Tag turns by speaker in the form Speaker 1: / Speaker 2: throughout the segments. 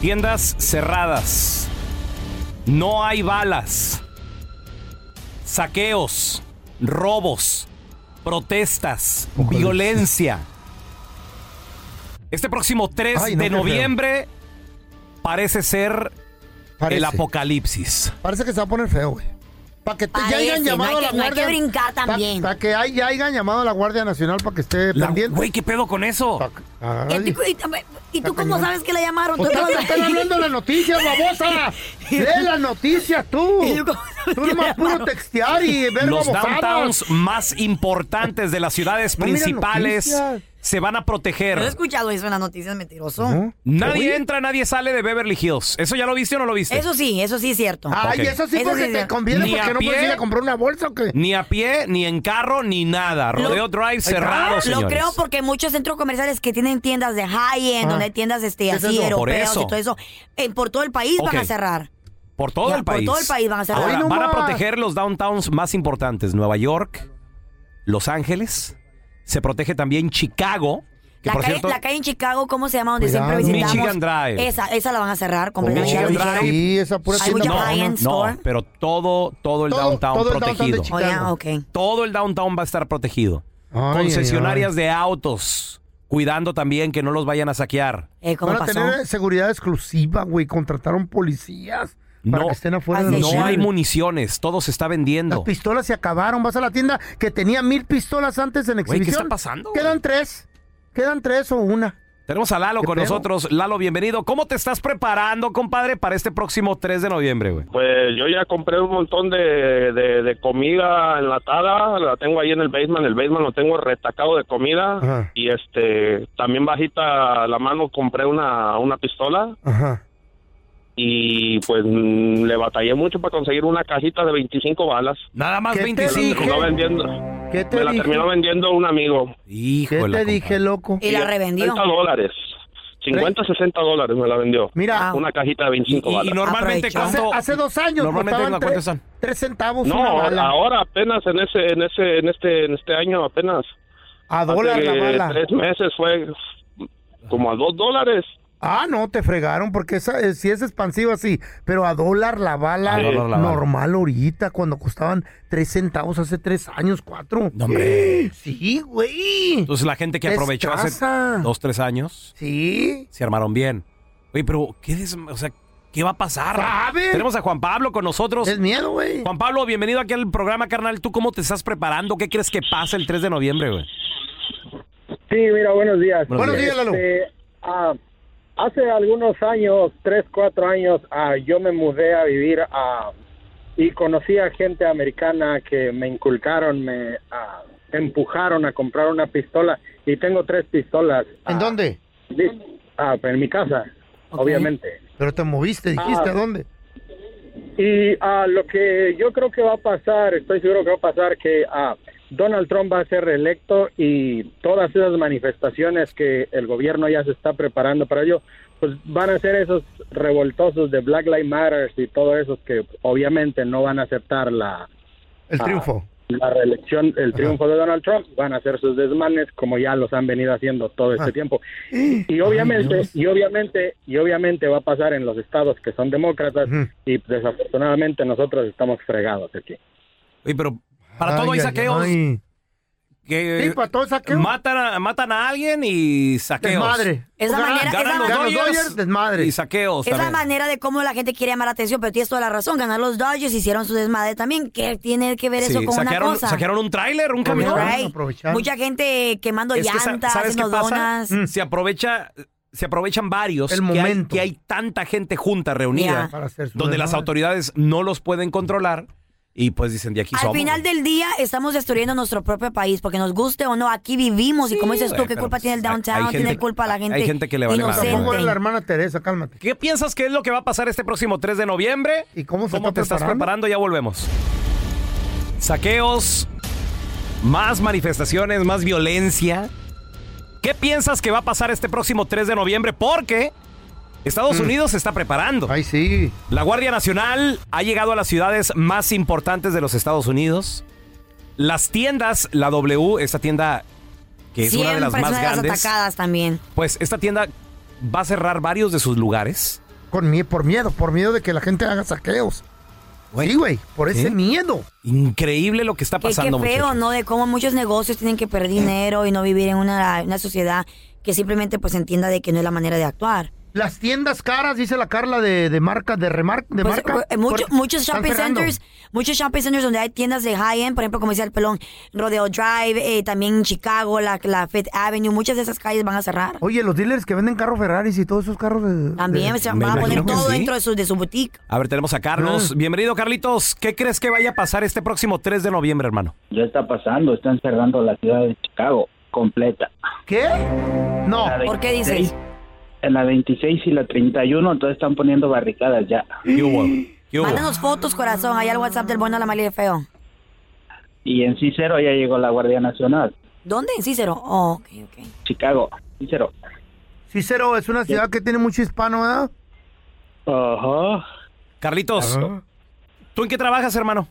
Speaker 1: Tiendas cerradas. No hay balas. Saqueos, robos, protestas, violencia. Este próximo 3
Speaker 2: Ay, no,
Speaker 1: de
Speaker 2: qué feo.
Speaker 1: noviembre parece ser el
Speaker 2: Parece.
Speaker 1: apocalipsis.
Speaker 3: Parece que se va a poner feo, güey. Para que te- ya
Speaker 4: Parece,
Speaker 3: hayan llamado
Speaker 4: no hay
Speaker 3: a la
Speaker 4: que- no hay que
Speaker 3: Guardia
Speaker 4: brincar también.
Speaker 3: Para que hay- ya hayan llamado a la Guardia Nacional para que esté
Speaker 1: La-
Speaker 3: pendiente.
Speaker 1: Güey, ¿qué pedo con eso?
Speaker 3: Ay.
Speaker 4: ¿Y tú, y- y tú cómo sabes que la llamaron?
Speaker 3: Pues
Speaker 4: Tú
Speaker 3: están,
Speaker 4: estabas
Speaker 3: están
Speaker 4: ahí.
Speaker 3: hablando de las noticias, babosa. De las noticias, tú.
Speaker 4: ¿Y yo cómo sabes
Speaker 3: Tú
Speaker 4: que
Speaker 3: nomás
Speaker 4: la
Speaker 3: puro
Speaker 4: llamaron?
Speaker 3: textear y ver
Speaker 1: Los
Speaker 3: babosadas.
Speaker 1: downtowns más importantes de las ciudades
Speaker 3: No miran
Speaker 1: principales
Speaker 3: noticias.
Speaker 1: se van a
Speaker 4: No he
Speaker 1: proteger.
Speaker 4: escuchado eso en las noticias, mentiroso.
Speaker 3: ¿No?
Speaker 1: Nadie
Speaker 3: Oye.
Speaker 1: entra, nadie sale de Beverly Hills. ¿Eso ya lo viste o no lo viste?
Speaker 4: Eso sí, eso sí es cierto.
Speaker 3: Ay,
Speaker 1: Ok.
Speaker 3: eso sí,
Speaker 4: Eso
Speaker 3: porque
Speaker 4: sí,
Speaker 3: te
Speaker 4: sí.
Speaker 3: conviene,
Speaker 1: Ni
Speaker 3: porque
Speaker 1: a
Speaker 3: no puedes
Speaker 1: pie.
Speaker 3: ir a comprar una bolsa o qué.
Speaker 1: Ni a pie, ni en carro, ni nada.
Speaker 4: Lo-
Speaker 1: Rodeo Drive cerrado, señores.
Speaker 4: Lo creo porque muchos centros comerciales que tienen tiendas de high-end,
Speaker 3: Ah.
Speaker 4: donde hay tiendas este,
Speaker 3: ¿Qué es
Speaker 4: así,
Speaker 3: eso?
Speaker 1: Por
Speaker 4: europeas
Speaker 1: eso.
Speaker 4: y todo eso, eh, por todo el país van
Speaker 1: Ok.
Speaker 4: a cerrar.
Speaker 1: Por todo
Speaker 4: Ya,
Speaker 1: el
Speaker 4: por
Speaker 1: país.
Speaker 4: todo el país van a cerrar.
Speaker 1: Ahora,
Speaker 3: Ay, no
Speaker 1: van a
Speaker 3: más.
Speaker 1: proteger los downtowns más importantes. Nueva York, Los Ángeles. Se protege también Chicago. Que
Speaker 4: La
Speaker 1: por
Speaker 4: calle,
Speaker 1: cierto,
Speaker 4: la calle en Chicago, ¿cómo se llama? Donde
Speaker 3: Cuidado.
Speaker 4: siempre visitamos.
Speaker 1: Michigan Drive.
Speaker 4: Esa, esa la van a cerrar completamente.
Speaker 1: Michigan
Speaker 4: ya lo
Speaker 1: Drive.
Speaker 4: dijeron.
Speaker 3: Sí, esa pura
Speaker 4: Hay
Speaker 3: tienda.
Speaker 4: mucha
Speaker 1: no,
Speaker 3: mamona.
Speaker 4: high-end
Speaker 1: no,
Speaker 4: store.
Speaker 1: pero todo, todo el
Speaker 3: Todo-
Speaker 1: downtown
Speaker 3: todo el downtown de
Speaker 1: protegido.
Speaker 3: Chicago.
Speaker 4: Oh, ya, ok.
Speaker 1: todo el downtown va a estar protegido.
Speaker 3: Ay,
Speaker 1: Concesionarias
Speaker 3: ay,
Speaker 1: de autos, cuidando también que no los vayan a saquear.
Speaker 4: Eh,
Speaker 3: ay.
Speaker 4: ¿Cómo
Speaker 3: Van a
Speaker 4: pasó?
Speaker 3: tener seguridad exclusiva, güey. Contrataron policías para
Speaker 1: No.
Speaker 3: que estén afuera de
Speaker 4: Así
Speaker 3: los
Speaker 4: es.
Speaker 1: No hay
Speaker 3: cines.
Speaker 1: municiones, todo se está
Speaker 3: Las
Speaker 1: vendiendo.
Speaker 3: pistolas se acabaron. Vas a la tienda que tenía mil pistolas antes en
Speaker 1: Güey,
Speaker 3: exhibición.
Speaker 1: ¿qué está pasando, güey?
Speaker 3: Quedan tres. Quedan tres o una.
Speaker 1: Tenemos a Lalo
Speaker 3: ¿Qué
Speaker 1: con
Speaker 3: pedo?
Speaker 1: nosotros. Lalo, bienvenido. ¿Cómo te estás preparando, compadre, para este próximo 3 de noviembre, güey?
Speaker 5: Pues yo ya compré un montón de, de- de comida enlatada, la tengo ahí en el basement, el basement lo tengo retacado de comida
Speaker 3: Ajá.
Speaker 5: y este también bajita la mano compré una, una pistola
Speaker 3: Ajá.
Speaker 5: y pues mm, le batallé mucho para conseguir una cajita de 25 balas.
Speaker 1: Nada más
Speaker 3: ¿Qué te
Speaker 1: 25.
Speaker 3: dije?
Speaker 5: No vendiendo,
Speaker 3: ¿Qué te
Speaker 5: me la
Speaker 3: dije?
Speaker 5: terminó vendiendo un amigo.
Speaker 3: ¿Qué
Speaker 1: Híjole,
Speaker 3: te dije,
Speaker 1: compadre.
Speaker 3: loco?
Speaker 4: Y la revendió.
Speaker 5: 50 dólares, 50, 60 dólares me la vendió.
Speaker 3: Mira,
Speaker 5: Una cajita de 25
Speaker 1: Y- y
Speaker 5: balas.
Speaker 1: normalmente
Speaker 4: Aprovechó.
Speaker 3: hace,
Speaker 1: cuánto...
Speaker 3: hace dos años
Speaker 1: Normalmente,
Speaker 3: costaban
Speaker 1: ¿cuánto
Speaker 3: tres-
Speaker 1: están?
Speaker 3: tres centavos una
Speaker 5: No,
Speaker 3: bala.
Speaker 5: ahora apenas en ese, en ese, en este, en este año apenas.
Speaker 3: a dólar
Speaker 5: Hace
Speaker 3: la bala.
Speaker 5: tres meses fue como a dos dólares.
Speaker 3: Ah, no, te fregaron porque esa, eh, si es expansiva, sí. Pero a dólar la bala
Speaker 5: A
Speaker 1: dólar la bala.
Speaker 3: normal ahorita, cuando costaban tres centavos hace tres años, cuatro.
Speaker 1: No, hombre.
Speaker 3: Sí, güey.
Speaker 1: Entonces la gente que
Speaker 3: Es
Speaker 1: aprovechó hace
Speaker 3: casa.
Speaker 1: dos, tres años
Speaker 3: Sí.
Speaker 1: se armaron bien. Oye, pero ¿qué, des- o sea, ¿qué va a pasar?
Speaker 3: ¿Sabe?
Speaker 1: Tenemos a Juan Pablo con nosotros.
Speaker 3: Es miedo, güey.
Speaker 1: Juan Pablo, bienvenido aquí al programa, carnal. ¿Tú cómo te estás preparando? ¿Qué crees que pasa el 3 de noviembre, güey?
Speaker 6: Sí, mira, buenos días.
Speaker 1: Buenos
Speaker 3: Buenos días, Lalo.
Speaker 6: Este, ah, hace algunos años, tres, cuatro años, ah, yo me mudé a vivir a y conocí a gente americana que me inculcaron, me ah, empujaron a comprar una pistola y tengo tres pistolas.
Speaker 3: ¿En
Speaker 6: Ah,
Speaker 3: dónde?
Speaker 6: di- ah, en mi casa,
Speaker 4: Ok.
Speaker 6: obviamente.
Speaker 3: Pero te moviste, dijiste,
Speaker 6: Ah.
Speaker 3: ¿a dónde?
Speaker 6: Y ah, lo que yo creo que va a pasar, estoy seguro que va a pasar, que ah, Donald Trump va a ser reelecto y todas esas manifestaciones que el gobierno ya se está preparando para ello, pues van a ser esos revoltosos de Black Lives Matter y todo eso que obviamente no van a aceptar la,
Speaker 3: El
Speaker 6: Ah.
Speaker 3: triunfo.
Speaker 6: la reelección, el
Speaker 3: Ajá.
Speaker 6: triunfo de Donald Trump, van a hacer sus desmanes como ya los han venido haciendo todo este
Speaker 3: Ah.
Speaker 6: tiempo. Y obviamente,
Speaker 3: Dios.
Speaker 6: y obviamente, y obviamente va a pasar en los estados que son demócratas
Speaker 3: Ujú.
Speaker 6: y desafortunadamente nosotros estamos fregados aquí.
Speaker 1: Oye, pero para todo hay
Speaker 3: Ay, ay,
Speaker 1: saqueos.
Speaker 3: ay.
Speaker 1: que,
Speaker 3: Sí, para todo saqueo.
Speaker 1: Matan, a, matan a alguien y saqueos.
Speaker 3: Desmadre.
Speaker 4: Esa
Speaker 3: Ganan-
Speaker 4: manera-
Speaker 1: Ganan
Speaker 4: esa
Speaker 1: los
Speaker 4: manera-
Speaker 3: Ganan los
Speaker 1: Dodgers,
Speaker 3: Dodgers, desmadre.
Speaker 1: Y saqueos
Speaker 4: Es la
Speaker 1: también.
Speaker 4: manera de cómo la gente quiere llamar la atención, pero tienes toda la razón. Ganar los Dodgers hicieron su desmadre también. ¿Qué tiene que ver eso
Speaker 1: Sí,
Speaker 4: con
Speaker 1: saquearon,
Speaker 4: una cosa?
Speaker 1: saquearon un tráiler, un
Speaker 4: Right.
Speaker 1: camión.
Speaker 3: Aprovecharon, aprovecharon.
Speaker 4: Mucha gente quemando
Speaker 1: Es que sa-
Speaker 4: llantas,
Speaker 1: ¿sabes qué
Speaker 4: haciendo
Speaker 1: pasa?
Speaker 4: donas.
Speaker 1: Mm. Se aprovecha, se aprovechan varios
Speaker 3: El
Speaker 1: que hay-
Speaker 3: momento.
Speaker 1: Que, hay, tanta gente junta, reunida,
Speaker 4: Ya.
Speaker 3: Para hacer su
Speaker 1: donde las
Speaker 3: desmadre.
Speaker 1: autoridades no los pueden controlar Y pues dicen, de aquí
Speaker 4: Al
Speaker 1: somos.
Speaker 4: final del día estamos destruyendo nuestro propio país, porque nos guste o no, aquí vivimos. y como dices tú,
Speaker 1: güey,
Speaker 4: ¿qué
Speaker 1: pero
Speaker 4: culpa
Speaker 1: pues,
Speaker 4: tiene
Speaker 1: hay-
Speaker 4: el
Speaker 1: hay
Speaker 4: downtown? Tiene
Speaker 1: gente-
Speaker 4: culpa la
Speaker 1: hay
Speaker 4: gente.
Speaker 1: gente que le vale madre.
Speaker 4: inocente.
Speaker 3: ¿Cómo era la hermana Teresa? Cálmate.
Speaker 1: ¿Qué piensas que es lo que va a pasar este próximo 3 de noviembre?
Speaker 3: ¿Y cómo se
Speaker 1: ¿Cómo te
Speaker 3: está
Speaker 1: estás
Speaker 3: preparando?
Speaker 1: preparando? Ya volvemos. Saqueos, más manifestaciones, más violencia. ¿Qué piensas que va a pasar este próximo 3 de noviembre? Porque Estados Unidos se está preparando.
Speaker 3: Mm. Ay, sí.
Speaker 1: La Guardia Nacional ha llegado a las ciudades más importantes de los Estados Unidos. Las tiendas, la W, esta tienda que es
Speaker 4: Siempre
Speaker 1: una de las
Speaker 4: son
Speaker 1: más
Speaker 4: de las
Speaker 1: grandes,
Speaker 4: atacadas también.
Speaker 1: pues esta tienda va a cerrar varios de sus lugares.
Speaker 3: Con mie- por miedo, por miedo de que la gente haga saqueos. Sí, güey, por ese
Speaker 1: ¿Sí?
Speaker 3: miedo.
Speaker 1: Increíble lo que está
Speaker 4: Que-
Speaker 1: pasando.
Speaker 4: qué feo,
Speaker 1: muchachos.
Speaker 4: ¿no? De cómo muchos negocios tienen que
Speaker 3: Mm.
Speaker 4: perder dinero y no vivir en una, una sociedad que simplemente pues entienda de que no es la manera de actuar.
Speaker 3: Las tiendas caras, dice la Carla de, de marca, de remarca, de
Speaker 4: Pues,
Speaker 3: marca.
Speaker 4: eh, mucho-
Speaker 3: por-
Speaker 4: muchos
Speaker 3: están
Speaker 4: shopping
Speaker 3: cerrando.
Speaker 4: centers, muchos shopping centers donde hay tiendas de high end, por ejemplo, como decía el pelón, Rodeo Drive, eh, también en Chicago, la, la Fifth Avenue, muchas de esas calles van a cerrar.
Speaker 3: Oye, los dealers que venden carros Ferraris y todos esos carros de-
Speaker 4: También
Speaker 3: de-
Speaker 4: se
Speaker 1: me
Speaker 4: van a poner
Speaker 1: imagino que
Speaker 4: todo
Speaker 1: sí.
Speaker 4: dentro de su, de su boutique.
Speaker 1: A ver, tenemos a Carlos. Bienvenido, Carlitos. ¿Qué crees que vaya a pasar este próximo 3 de noviembre, hermano?
Speaker 7: Ya está pasando, están cerrando la ciudad de Chicago completa.
Speaker 3: ¿Qué? No.
Speaker 7: La
Speaker 4: ¿Por qué
Speaker 7: 26,
Speaker 4: dices?
Speaker 7: En la 26 y la 31, entonces están poniendo barricadas ya.
Speaker 1: ¿Qué hubo? ¿Qué
Speaker 3: Oh.
Speaker 1: hubo?
Speaker 4: Mándanos fotos, corazón, allá al WhatsApp del bueno, la mala y el feo.
Speaker 7: Y en Cicero ya llegó la Guardia Nacional,
Speaker 4: ¿Dónde? En Cícero. Oh, ok, ok.
Speaker 7: Chicago, Cicero.
Speaker 3: Cicero es una ciudad que tiene mucho hispano, ¿verdad?
Speaker 7: Ajá.
Speaker 1: Carlitos, ¿tú en qué trabajas, hermano?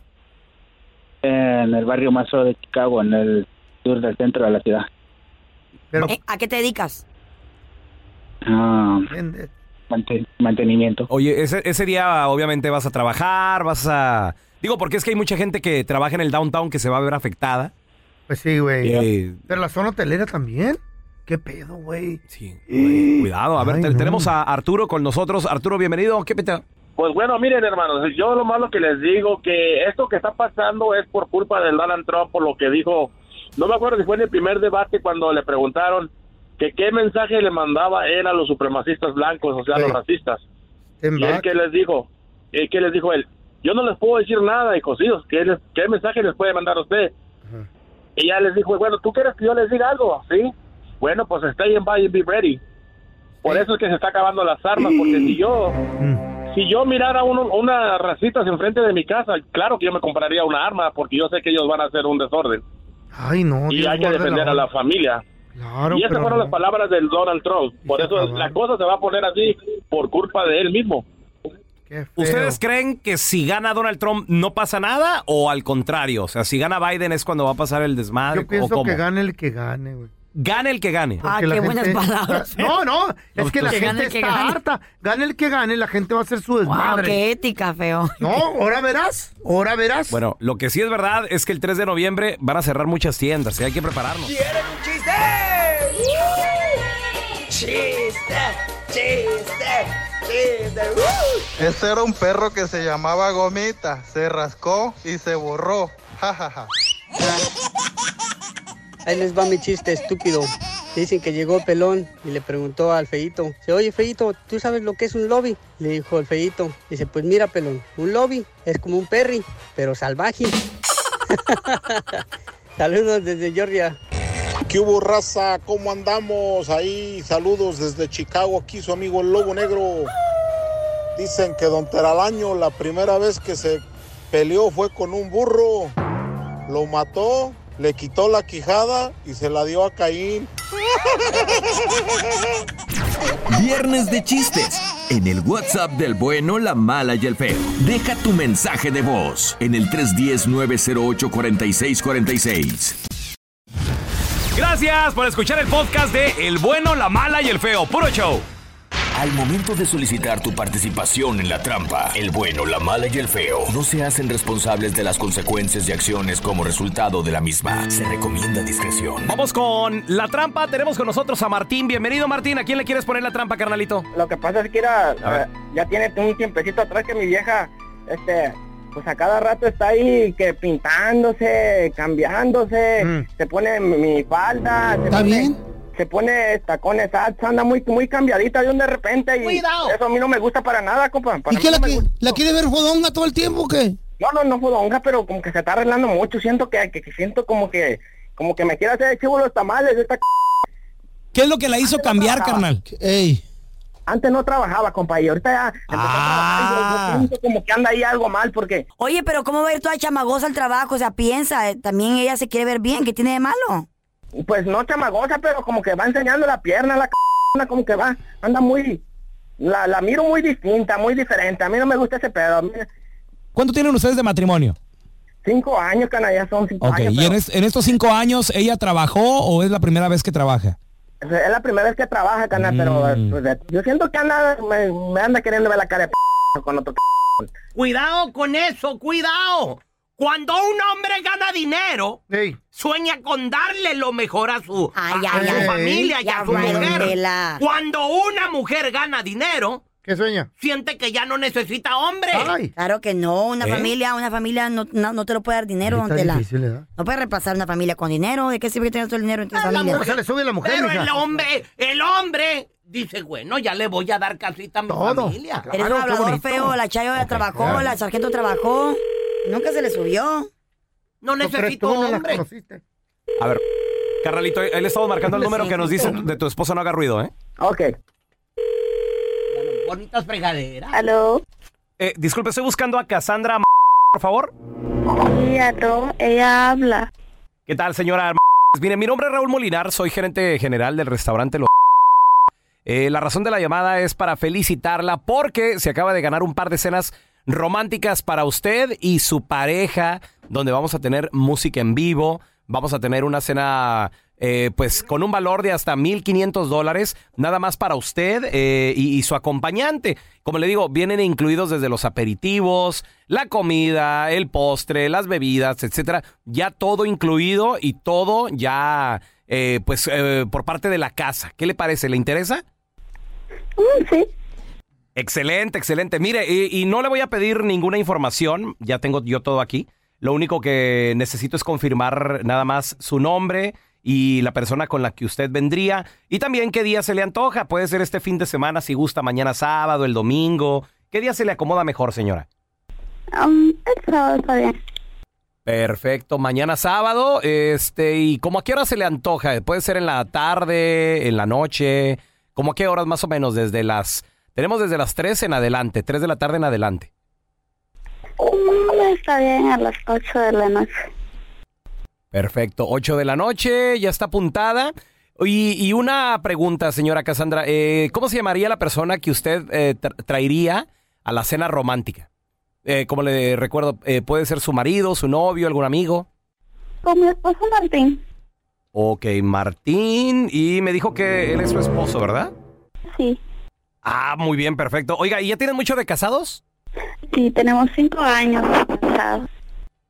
Speaker 7: En el barrio más feo de Chicago, en el sur del centro de la ciudad.
Speaker 3: Pero
Speaker 4: Eh, ¿A qué te dedicas?
Speaker 7: Ah,
Speaker 3: vende.
Speaker 7: manten- mantenimiento.
Speaker 1: Oye, ese, ese día obviamente vas a trabajar, vas a... Digo, porque es que hay mucha gente que trabaja en el downtown que se va a ver afectada.
Speaker 3: Pues sí, güey.
Speaker 1: Eh,
Speaker 3: Pero la zona hotelera también. ¿Qué pedo, güey?
Speaker 1: sí, güey, cuidado. A ver,
Speaker 3: Ay,
Speaker 1: te-
Speaker 3: no.
Speaker 1: tenemos a Arturo con nosotros. Arturo, bienvenido. ¿Qué peta?
Speaker 5: Pues bueno, miren hermanos, yo lo malo que les digo que esto que está pasando es por culpa del Donald Trump por lo que dijo, no me acuerdo si fue en el primer debate cuando le preguntaron que qué mensaje le mandaba él a los supremacistas blancos, o sea, a los
Speaker 3: Sí.
Speaker 5: racistas.
Speaker 3: En
Speaker 5: Y él
Speaker 3: back.
Speaker 5: que les dijo, ¿Y qué les dijo él, yo no les puedo decir nada, hijos, hijos, ¿qué, les- qué mensaje les puede mandar a usted?
Speaker 3: Ajá.
Speaker 5: Y ya les dijo, bueno, ¿tú quieres que yo les diga algo? ¿Sí? Bueno, pues stay and by and be ready. Por
Speaker 3: Sí.
Speaker 5: eso es que se está acabando las armas, porque si yo
Speaker 3: Mm.
Speaker 5: si yo mirara uno, unas racitas enfrente de mi casa, claro que yo me compraría una arma porque yo sé que ellos van a hacer un desorden.
Speaker 3: Ay, no.
Speaker 5: y
Speaker 3: Dios
Speaker 5: hay que
Speaker 3: guarde la
Speaker 5: defender a la
Speaker 3: mano.
Speaker 5: familia.
Speaker 3: Claro,
Speaker 5: y esas
Speaker 3: pero
Speaker 5: fueron
Speaker 3: no.
Speaker 5: las palabras del Donald Trump.
Speaker 3: Y
Speaker 5: Por
Speaker 3: se
Speaker 5: eso
Speaker 3: acabaron.
Speaker 5: la cosa se va a poner así por culpa de él mismo.
Speaker 3: Qué feo.
Speaker 1: ¿Ustedes creen que si gana Donald Trump no pasa nada o al contrario? O sea, si gana Biden es cuando va a pasar el desmadre.
Speaker 3: Yo
Speaker 1: ¿o
Speaker 3: pienso
Speaker 1: cómo?
Speaker 3: que gane el que gane, güey.
Speaker 1: Gane el que gane. pues,
Speaker 4: Ah,
Speaker 3: Porque la
Speaker 4: qué buenas
Speaker 3: gente-
Speaker 4: palabras.
Speaker 3: No, no, es que la
Speaker 4: Que gane
Speaker 3: gente
Speaker 4: el que
Speaker 3: está
Speaker 4: gane. Ah,
Speaker 3: harta. Gane el que gane, la gente va a hacer su
Speaker 4: Wow,
Speaker 3: desmadre.
Speaker 4: qué ética, feo.
Speaker 3: No, ahora verás, ahora verás.
Speaker 1: Bueno, lo que sí es verdad es que el 3 de noviembre van a cerrar muchas tiendas y hay que prepararnos.
Speaker 8: ¡Uh! Este era un perro que se llamaba Gomita, se rascó y se borró. Ja, ja, ja.
Speaker 2: Ahí les va mi chiste estúpido. Dicen que llegó Pelón y le preguntó al Feito. Dice, oye Feito, ¿tú sabes lo que es un lobby? Le dijo el Feito. Dice, pues mira Pelón, un lobby es como un perry, pero salvaje. Saludos desde Georgia.
Speaker 9: ¿Qué hubo, raza? ¿Cómo andamos? Ahí, saludos desde Chicago, aquí su amigo el Lobo Negro. Dicen que Don Teralaño la primera vez que se peleó fue con un burro. Lo mató, le quitó la quijada y se la dio a Caín.
Speaker 10: Viernes de chistes. En el WhatsApp del bueno, la mala y el feo. Deja tu mensaje de voz en el 310-908-4646.
Speaker 1: Gracias por escuchar el podcast de El bueno, la mala y el feo. Puro show.
Speaker 10: Al momento de solicitar tu participación en la trampa, el bueno, la mala y el feo no se hacen responsables de las consecuencias y acciones como resultado de la misma. Se recomienda discreción.
Speaker 1: Vamos con la trampa. Tenemos con nosotros a Martín. Bienvenido, Martín. ¿A quién le quieres poner la trampa, carnalito?
Speaker 2: Lo que pasa es que era, eh,
Speaker 1: ver.
Speaker 2: ya tiene un tiempecito atrás que mi vieja, este, pues a cada rato está ahí que pintándose, cambiándose,
Speaker 3: Mm.
Speaker 2: se pone mi falda, se
Speaker 3: ¿Está
Speaker 2: pone-
Speaker 3: bien?
Speaker 2: se pone tacones altos, anda muy muy cambiadita de un de repente y eso a mí no me gusta para nada, compa. Para mí no me gusta.
Speaker 3: quiere ver jodonga todo el tiempo o qué?
Speaker 2: No, no, no fodonga, pero como que se está arreglando mucho. Siento que, que, que siento como que, como que me quiere hacer el chivo los tamales. Esta c...
Speaker 11: ¿Qué es lo que la hizo cambiar, carnal? Ey.
Speaker 2: Antes no trabajaba, compa, y ahorita ya empezó a trabajar,
Speaker 11: Ah.
Speaker 2: y yo- yo siento como que anda ahí algo mal, porque
Speaker 4: Oye, pero ¿cómo va a ir toda chamagosa al trabajo? O sea, piensa, eh, también ella se quiere ver bien, ¿qué tiene de malo?
Speaker 2: pues no chamagosa, pero como que va enseñando la pierna, la c... como que va, anda muy, la, la miro muy distinta, muy diferente. A mí no me gusta ese pedo. A mí-
Speaker 11: ¿Cuánto tienen ustedes de matrimonio?
Speaker 2: cinco años, canalla, son
Speaker 4: Ah,
Speaker 2: cinco
Speaker 11: Ok,
Speaker 2: años.
Speaker 11: ¿y en, es- en estos cinco años ella trabajó o es la primera vez que trabaja?
Speaker 2: O sea, Es la primera vez que trabaja, canal, pero
Speaker 11: Mm.
Speaker 2: eh, pues, eh, yo siento que anda, me, me anda queriendo ver la cara de p con otro c-
Speaker 12: Cuidado con eso, cuidado. Cuando un hombre gana dinero, sueña con darle lo mejor a su, a- a
Speaker 4: ay,
Speaker 12: su
Speaker 4: ay.
Speaker 12: familia y
Speaker 4: Ya
Speaker 12: a su
Speaker 4: bueno,
Speaker 12: mujer.
Speaker 4: Chela.
Speaker 12: Cuando una mujer gana dinero,
Speaker 3: ¿Qué sueña?
Speaker 12: siente que ya no necesita hombre.
Speaker 4: Claro que no, una
Speaker 12: ¿Eh?
Speaker 4: familia, una familia no, no, no te lo puede dar dinero, don Tela. No puedes repasar una familia con dinero, ¿de qué sirve que tengas todo el dinero en tu familia?
Speaker 12: mujer- Se le
Speaker 3: sube la
Speaker 12: Pero el hombre, el hombre dice, bueno, ya le voy a dar casita a mi familia.
Speaker 4: Eres un hablador feo, la Chayo trabajó,
Speaker 12: claro.
Speaker 4: la Sargento trabajó, nunca se le subió.
Speaker 12: No necesito hombre.
Speaker 1: A ver, carnalito, ahí ahí le estamos marcando el número que nos dice de tu esposa no haga ruido, ¿eh?
Speaker 2: Ok.
Speaker 12: Bonitas fregaderas.
Speaker 13: Aló.
Speaker 1: Eh, disculpe, estoy buscando a Cassandra, M- por favor.
Speaker 13: Sí, aló, ella habla.
Speaker 1: ¿Qué tal, señora? M-? Mire, mi nombre es Raúl Molinar, soy gerente general del restaurante Los... Eh, la razón de la llamada es para felicitarla porque se acaba de ganar un par de cenas románticas para usted y su pareja, donde vamos a tener música en vivo, vamos a tener una cena... eh, pues con un valor de hasta 1.500 dólares, nada más para usted eh, y, y su acompañante. Como le digo, vienen incluidos desde los aperitivos, la comida, el postre, las bebidas, etcétera. Ya todo incluido y todo ya, eh, pues, eh, por parte de la casa. ¿Qué le parece? ¿Le interesa?
Speaker 13: sí.
Speaker 1: Excelente, excelente. Mire, y, y no le voy a pedir ninguna información, ya tengo yo todo aquí. Lo único que necesito es confirmar nada más su nombre y la persona con la que usted vendría y también qué día se le antoja. Puede ser este fin de semana, si gusta, mañana sábado, el domingo. ¿Qué día se le acomoda mejor, señora?
Speaker 13: Um, el sábado está bien.
Speaker 1: Perfecto, mañana sábado, este, y como a qué hora se le antoja, puede ser en la tarde, en la noche, como a qué horas más o menos, desde las, tenemos desde las 3 en adelante, 3 de la tarde en adelante.
Speaker 13: Mm, Está bien a las 8 de la noche.
Speaker 1: Perfecto, 8 de la noche, ya está apuntada. Y, y una pregunta, señora Cassandra, eh, ¿cómo se llamaría la persona que usted eh, tra- traería a la cena romántica? Eh, como le recuerdo, eh, puede ser su marido, su novio, algún amigo.
Speaker 13: Con mi esposo Martín.
Speaker 1: Ok, Martín, y me dijo que él es su esposo, ¿verdad?
Speaker 13: Sí.
Speaker 1: Ah, muy bien, perfecto. Oiga, ¿y ya tienen mucho de casados?
Speaker 13: Sí, tenemos cinco años casados.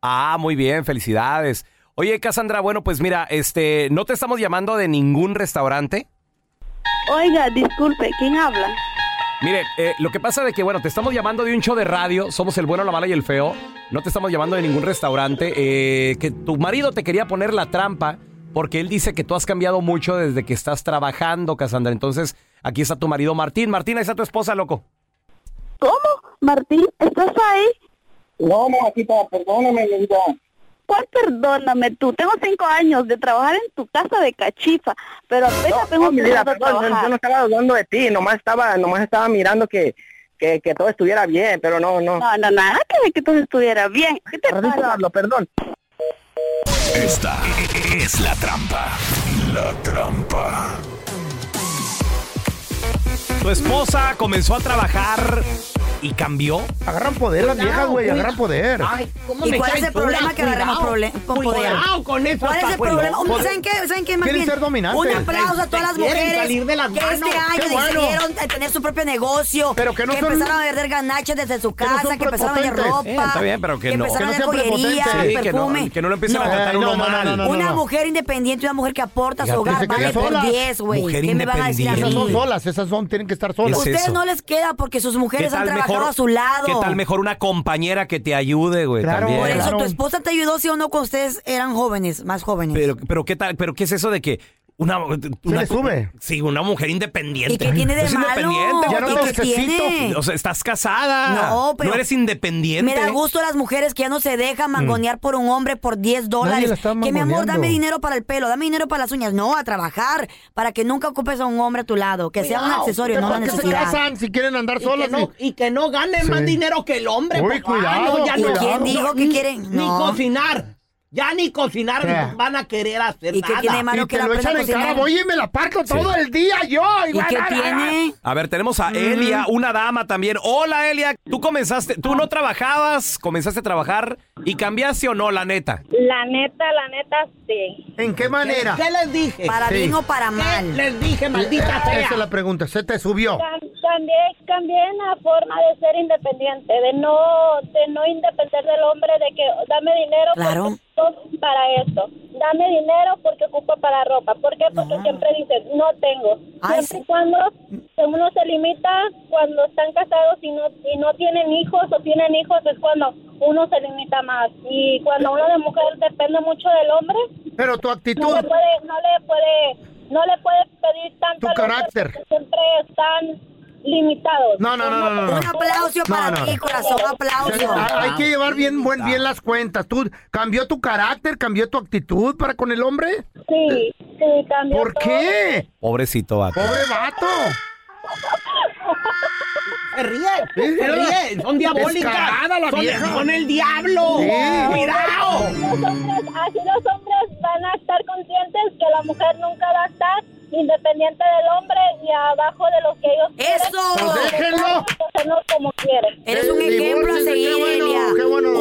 Speaker 1: Ah, muy bien, felicidades. Oye, Cassandra, bueno, pues mira, este, no te estamos llamando de ningún restaurante.
Speaker 13: Oiga, Ah, disculpe, ¿quién habla?
Speaker 1: Mire, eh, lo que pasa de que, bueno, te estamos llamando de un show de radio, somos el bueno, la mala y el feo. No te estamos llamando de ningún restaurante. eh, que tu marido te quería poner la trampa porque él dice que tú has cambiado mucho desde que estás trabajando, Cassandra. Entonces, aquí está tu marido Martín. Martín, ahí está tu esposa, loco.
Speaker 13: ¿Cómo? Martín, ¿estás ahí?
Speaker 2: No, mamacita, perdóname, mi vida.
Speaker 13: ¿Cuál perdóname tú? Tengo cinco años de trabajar en tu casa de cachifa, pero apenas tengo
Speaker 2: No, mi vida,
Speaker 13: empezado a
Speaker 2: perdón, yo,
Speaker 13: trabajar.
Speaker 2: yo no estaba hablando de ti, nomás estaba, nomás estaba mirando que, que, que todo estuviera bien, pero no, no.
Speaker 13: No, no, nada que ver que todo estuviera bien. ¿Qué te
Speaker 2: Ahorita
Speaker 13: pasa?
Speaker 2: hablo, perdón.
Speaker 10: Esta E-, es la trampa. La trampa.
Speaker 1: Tu esposa comenzó a trabajar y cambió.
Speaker 3: Agarran poder las viejas, güey, agarran poder.
Speaker 1: Ay,
Speaker 4: ¿Y cuál es el problema que agarremos prole- con poder? ¿Cuál es el problema? Un- ¿Saben qué? ¿Saben qué? Más
Speaker 3: Quieren
Speaker 4: bien,
Speaker 3: ser dominantes.
Speaker 4: Un aplauso a
Speaker 3: Te
Speaker 4: todas las
Speaker 3: quieren
Speaker 4: mujeres
Speaker 3: salir de las
Speaker 4: que
Speaker 3: manos.
Speaker 4: este año
Speaker 3: Qué bueno.
Speaker 4: decidieron eh, tener su propio negocio,
Speaker 3: Pero que no son-
Speaker 4: empezaron a vender ganaches desde su
Speaker 3: no
Speaker 4: casa, que,
Speaker 3: son
Speaker 4: empezaron a vender ropa,
Speaker 3: prepotentes.
Speaker 1: Eh, está bien, pero que no.
Speaker 4: empezaron
Speaker 1: Que no
Speaker 4: a vender
Speaker 1: sean
Speaker 4: joyería,
Speaker 1: prepotentes. Sí, que no-
Speaker 4: perfume.
Speaker 1: que no lo empiecen a tratar a uno mal.
Speaker 4: una
Speaker 1: No, no.
Speaker 4: mujer independiente, una mujer que aporta a su
Speaker 1: Fíjate,
Speaker 4: hogar,
Speaker 1: se queda
Speaker 4: vale por
Speaker 1: sola.
Speaker 4: 10, güey.
Speaker 1: Mujer
Speaker 4: ¿Qué me van a decir a
Speaker 3: Esas son
Speaker 4: mí?
Speaker 3: solas, esas son, tienen que estar solas.
Speaker 4: Ustedes no les queda porque sus mujeres han trabajado a su lado.
Speaker 1: ¿Qué tal mejor una compañera que te ayude, güey? también.
Speaker 4: Por eso tu esposa te ayudó, sí o no, cuando ustedes eran jóvenes, más jóvenes.
Speaker 1: Pero, pero qué tal, pero qué es eso de que
Speaker 12: Una, una-
Speaker 3: le sube?
Speaker 12: Sí, una mujer independiente.
Speaker 3: ¿Y qué tiene de
Speaker 12: Es
Speaker 3: malo?
Speaker 12: independiente,
Speaker 3: Ya no
Speaker 12: vato.
Speaker 3: te ¿Y qué necesito. tiene?
Speaker 12: O sea, estás casada.
Speaker 4: No, pero-
Speaker 12: eres independiente.
Speaker 4: Me da gusto las mujeres que ya no se dejan mangonear por un hombre por 10
Speaker 12: Nadie
Speaker 4: dólares.
Speaker 12: la está
Speaker 4: Que mi amor,
Speaker 12: mangoneando.
Speaker 4: dame dinero para el pelo, dame dinero para las uñas. No, a trabajar, para que nunca ocupes a un hombre a tu lado. Que sea un
Speaker 12: Cuidado,
Speaker 4: accesorio,
Speaker 12: ¿por
Speaker 4: no una
Speaker 12: qué se
Speaker 4: necesidad.
Speaker 12: casan
Speaker 3: si quieren andar
Speaker 12: solas,
Speaker 4: no,
Speaker 12: y que no ganen
Speaker 4: Sí.
Speaker 12: más dinero que el hombre.
Speaker 4: Uy,
Speaker 12: papá.
Speaker 4: cuidado,
Speaker 12: No, ya
Speaker 4: ¿Y
Speaker 12: no-
Speaker 4: quién
Speaker 12: no,
Speaker 4: dijo que
Speaker 12: ni-
Speaker 4: quieren?
Speaker 12: Ni
Speaker 4: No.
Speaker 12: cocinar. Ya ni cocinar
Speaker 3: Sí.
Speaker 12: van a querer hacer
Speaker 3: ¿Y
Speaker 12: nada.
Speaker 3: qué tiene de malo Y que te la lo aprendan echan a en cocinar? cara, voy y me la parto Sí. todo el día yo, y ¿Y va, qué va, Mm. va, tiene?
Speaker 1: A ver, tenemos a Elia, una dama también. Hola, Elia. Tú comenzaste, tú no trabajabas, comenzaste a trabajar y cambiaste o no, la neta.
Speaker 14: La neta, la neta, sí.
Speaker 3: ¿En qué manera?
Speaker 12: ¿Qué les dije?
Speaker 3: Para Sí. bien o
Speaker 4: para
Speaker 12: mal. les dije, maldita
Speaker 4: Ah,
Speaker 3: Esa
Speaker 12: sea?
Speaker 3: es la pregunta. Se te subió.
Speaker 14: Cam- Cambié, cambié en la forma de ser independiente, de no, de no depender del hombre, de que dame dinero
Speaker 4: Claro.
Speaker 14: porque ocupo para esto, dame dinero porque ocupo para ropa. ¿Por qué? Porque siempre dicen, no tengo.
Speaker 4: Ay,
Speaker 14: siempre y cuando uno se limita cuando están casados y no, y no tienen hijos o tienen hijos es cuando uno se limita más. Y cuando uno de mujer depende mucho del hombre,
Speaker 3: Pero tu actitud,
Speaker 14: no le puede, no le puede, no le puede pedir tanto.
Speaker 3: Tu
Speaker 14: al hombre
Speaker 3: carácter.
Speaker 14: porque Siempre están limitados.
Speaker 3: No, no, no, no, no, no.
Speaker 4: Un aplauso
Speaker 3: No,
Speaker 4: para
Speaker 3: no,
Speaker 4: ti,
Speaker 3: no.
Speaker 4: corazón, aplauso.
Speaker 3: hay que llevar bien, buen,
Speaker 4: Ah.
Speaker 3: bien las cuentas. ¿Tú cambió tu carácter, cambió tu actitud para con el hombre?
Speaker 14: Sí, sí, cambió.
Speaker 3: ¿Por qué?
Speaker 1: Pobrecito vato.
Speaker 3: Pobre vato.
Speaker 12: Se ríe, se ríe, son diabólicas.
Speaker 3: Descarada la
Speaker 12: son,
Speaker 3: vieja.
Speaker 12: son el diablo.
Speaker 3: Sí.
Speaker 12: Cuidado.
Speaker 14: Los hombres- Así los hombres van a estar conscientes que la mujer nunca va a estar independiente del hombre y abajo de lo que ellos
Speaker 4: ¡Eso!
Speaker 3: Pues
Speaker 14: quieren. Hacernos como quieren.
Speaker 4: Eres un ejemplo a seguir, Elia.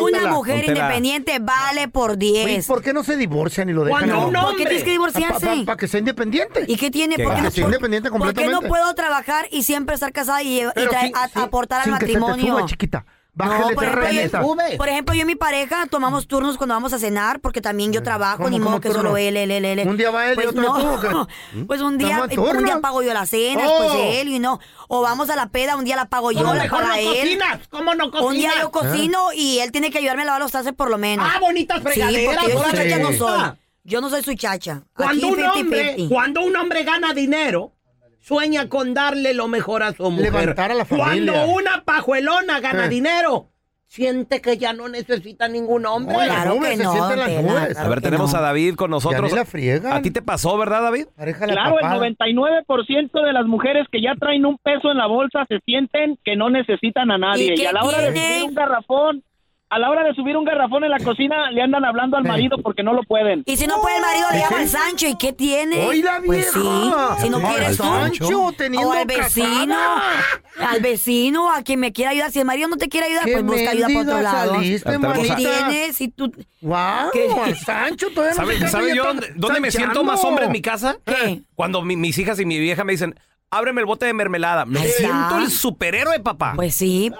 Speaker 4: Una mujer independiente vale por
Speaker 3: Oye,
Speaker 4: 10.
Speaker 3: ¿Por qué no se divorcian y lo dejan?
Speaker 4: Cuando
Speaker 3: a-
Speaker 4: un ¿Por qué hombre- tienes que divorciarse?
Speaker 3: Para que sea independiente.
Speaker 4: ¿Y qué tiene? ¿Por qué
Speaker 3: Para
Speaker 4: no
Speaker 3: que sea
Speaker 4: puedo-
Speaker 3: independiente
Speaker 4: ¿Por qué
Speaker 3: completamente.
Speaker 4: no puedo trabajar y siempre estar casada y, y
Speaker 3: Pero
Speaker 4: traer-
Speaker 3: sin-
Speaker 4: a-
Speaker 3: sin-
Speaker 4: aportar al
Speaker 3: sin que se te
Speaker 4: matrimonio?
Speaker 3: suba, chiquita.
Speaker 4: No,
Speaker 3: Bájale
Speaker 4: por,
Speaker 3: tres
Speaker 4: ejemplo,
Speaker 3: rayitas.
Speaker 4: yo, por ejemplo, yo y mi pareja tomamos turnos cuando vamos a cenar porque también yo trabajo,
Speaker 3: ¿Cómo,
Speaker 4: ni
Speaker 3: cómo
Speaker 4: modo que
Speaker 3: turno?
Speaker 4: solo él, él, él, él.
Speaker 3: ¿Un día va él y
Speaker 4: Pues
Speaker 3: otro
Speaker 4: no.
Speaker 3: tú, o qué?
Speaker 4: Pues un día,
Speaker 3: ¿Toman
Speaker 4: un día
Speaker 3: turno?
Speaker 4: pago yo la cena,
Speaker 3: Oh.
Speaker 4: pues él y no. O vamos a la peda, un día la pago yo,
Speaker 12: ¿Cómo
Speaker 4: la
Speaker 12: mejor
Speaker 4: paga
Speaker 12: no
Speaker 4: él.
Speaker 12: cocinas? ¿Cómo no
Speaker 4: Un día
Speaker 12: cocinas?
Speaker 4: yo cocino y él tiene que ayudarme a lavar los trastes por lo menos.
Speaker 12: Ah, bonitas
Speaker 4: Sí,
Speaker 12: fregaderas,
Speaker 4: porque yo
Speaker 12: ahora
Speaker 4: soy chacha no
Speaker 12: sí.
Speaker 4: soy. Yo no soy su chacha.
Speaker 12: Cuando
Speaker 4: Aquí
Speaker 12: un, hombre,
Speaker 4: 50-50.
Speaker 12: cuando un hombre gana dinero, sueña con darle lo mejor a su mujer.
Speaker 3: Levantar a la familia.
Speaker 12: Cuando una pajuelona gana
Speaker 3: Eh.
Speaker 12: dinero, siente que ya no necesita ningún hombre.
Speaker 3: Oye, Claro nubes, que se no, sienten las Tela, nubes.
Speaker 1: a ver, tenemos a David con nosotros.
Speaker 3: ni la friegan.
Speaker 1: a ti te pasó, ¿verdad, David?
Speaker 15: Claro, el 99% de las mujeres que ya traen un peso en la bolsa se sienten que no necesitan a nadie.
Speaker 8: ¿Y
Speaker 15: Y,
Speaker 8: qué
Speaker 15: a la hora de
Speaker 8: tiene?
Speaker 15: subir un garrafón, a la hora de subir un garrafón en la cocina, le andan hablando
Speaker 3: Eh.
Speaker 15: al marido porque no lo pueden.
Speaker 4: Y si no puede el marido, le llama al Sancho. ¿Y qué tiene?
Speaker 15: Oiga,
Speaker 4: Pues sí,
Speaker 15: vieja.
Speaker 4: si no
Speaker 15: Ay,
Speaker 4: quieres tú.
Speaker 3: Sancho, teniendo
Speaker 4: o al vecino.
Speaker 3: casada.
Speaker 4: Al vecino, a quien me quiera ayudar. Si el marido no te quiere ayudar,
Speaker 3: Qué
Speaker 4: pues busca ayuda por otro
Speaker 3: mendiga
Speaker 4: lado.
Speaker 3: saliste,
Speaker 4: ¿Qué
Speaker 3: manita.
Speaker 4: tienes? Si tú...
Speaker 3: Guau,
Speaker 4: ¿Qué?
Speaker 3: Sancho todavía no
Speaker 1: ¿Sabes
Speaker 3: se
Speaker 1: sabe
Speaker 3: casa,
Speaker 1: yo
Speaker 3: ya
Speaker 1: dónde,
Speaker 3: está
Speaker 1: dónde me
Speaker 3: chanchando.
Speaker 1: siento más hombre en mi casa?
Speaker 4: ¿Qué?
Speaker 1: Cuando mi- mis hijas y mi vieja me dicen, ábreme el bote de mermelada. Me
Speaker 4: Ahí está.
Speaker 1: siento el superhéroe, papá.
Speaker 4: Pues sí.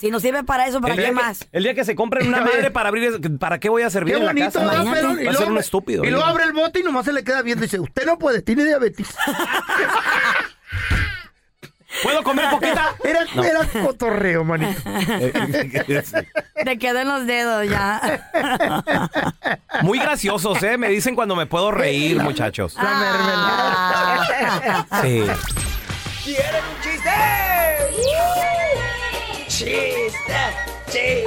Speaker 4: Si no sirve para eso, ¿para
Speaker 1: El día
Speaker 4: qué
Speaker 1: que-
Speaker 4: más?
Speaker 1: El día que se compren una madre para abrir, es- ¿para qué voy a servir
Speaker 3: Qué
Speaker 1: en la
Speaker 3: bonito,
Speaker 1: casa?
Speaker 3: ¿verdad? Pero- y
Speaker 1: Va a
Speaker 3: luego-
Speaker 1: ser un estúpido.
Speaker 3: Y
Speaker 1: ¿eh?
Speaker 3: luego abre el bote y nomás se le queda viendo y dice, usted no puede, tiene diabetes.
Speaker 1: ¿Puedo comer poquita?
Speaker 3: Era,
Speaker 1: No.
Speaker 3: era cotorreo, manito.
Speaker 4: Te quedan los dedos ya.
Speaker 1: Muy graciosos, ¿eh? Me dicen cuando me puedo reír, muchachos.
Speaker 4: Ah.
Speaker 1: Sí.
Speaker 8: ¿Quieren un chiste? ¡Chiste! ¡Chiste!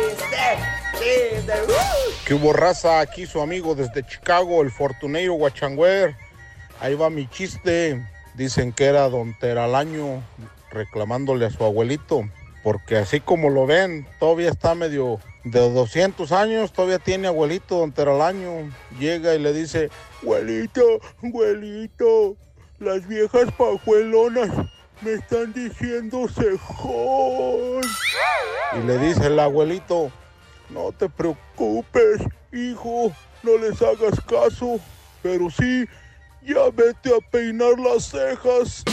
Speaker 8: ¡Chiste! ¡Uh!
Speaker 9: Que hubo raza aquí, su amigo desde Chicago, el fortuneiro Guachangüer. Ahí va mi chiste. Dicen que era don Teralaño reclamándole a su abuelito. Porque así como lo ven, todavía está medio de 200 años, todavía tiene abuelito don Teralaño. Llega y le dice, abuelito, abuelito, las viejas pajuelonas me están diciendo cejón. Y le dice el abuelito, no te preocupes, hijo, no les hagas caso, pero sí, ya vete a peinar las cejas.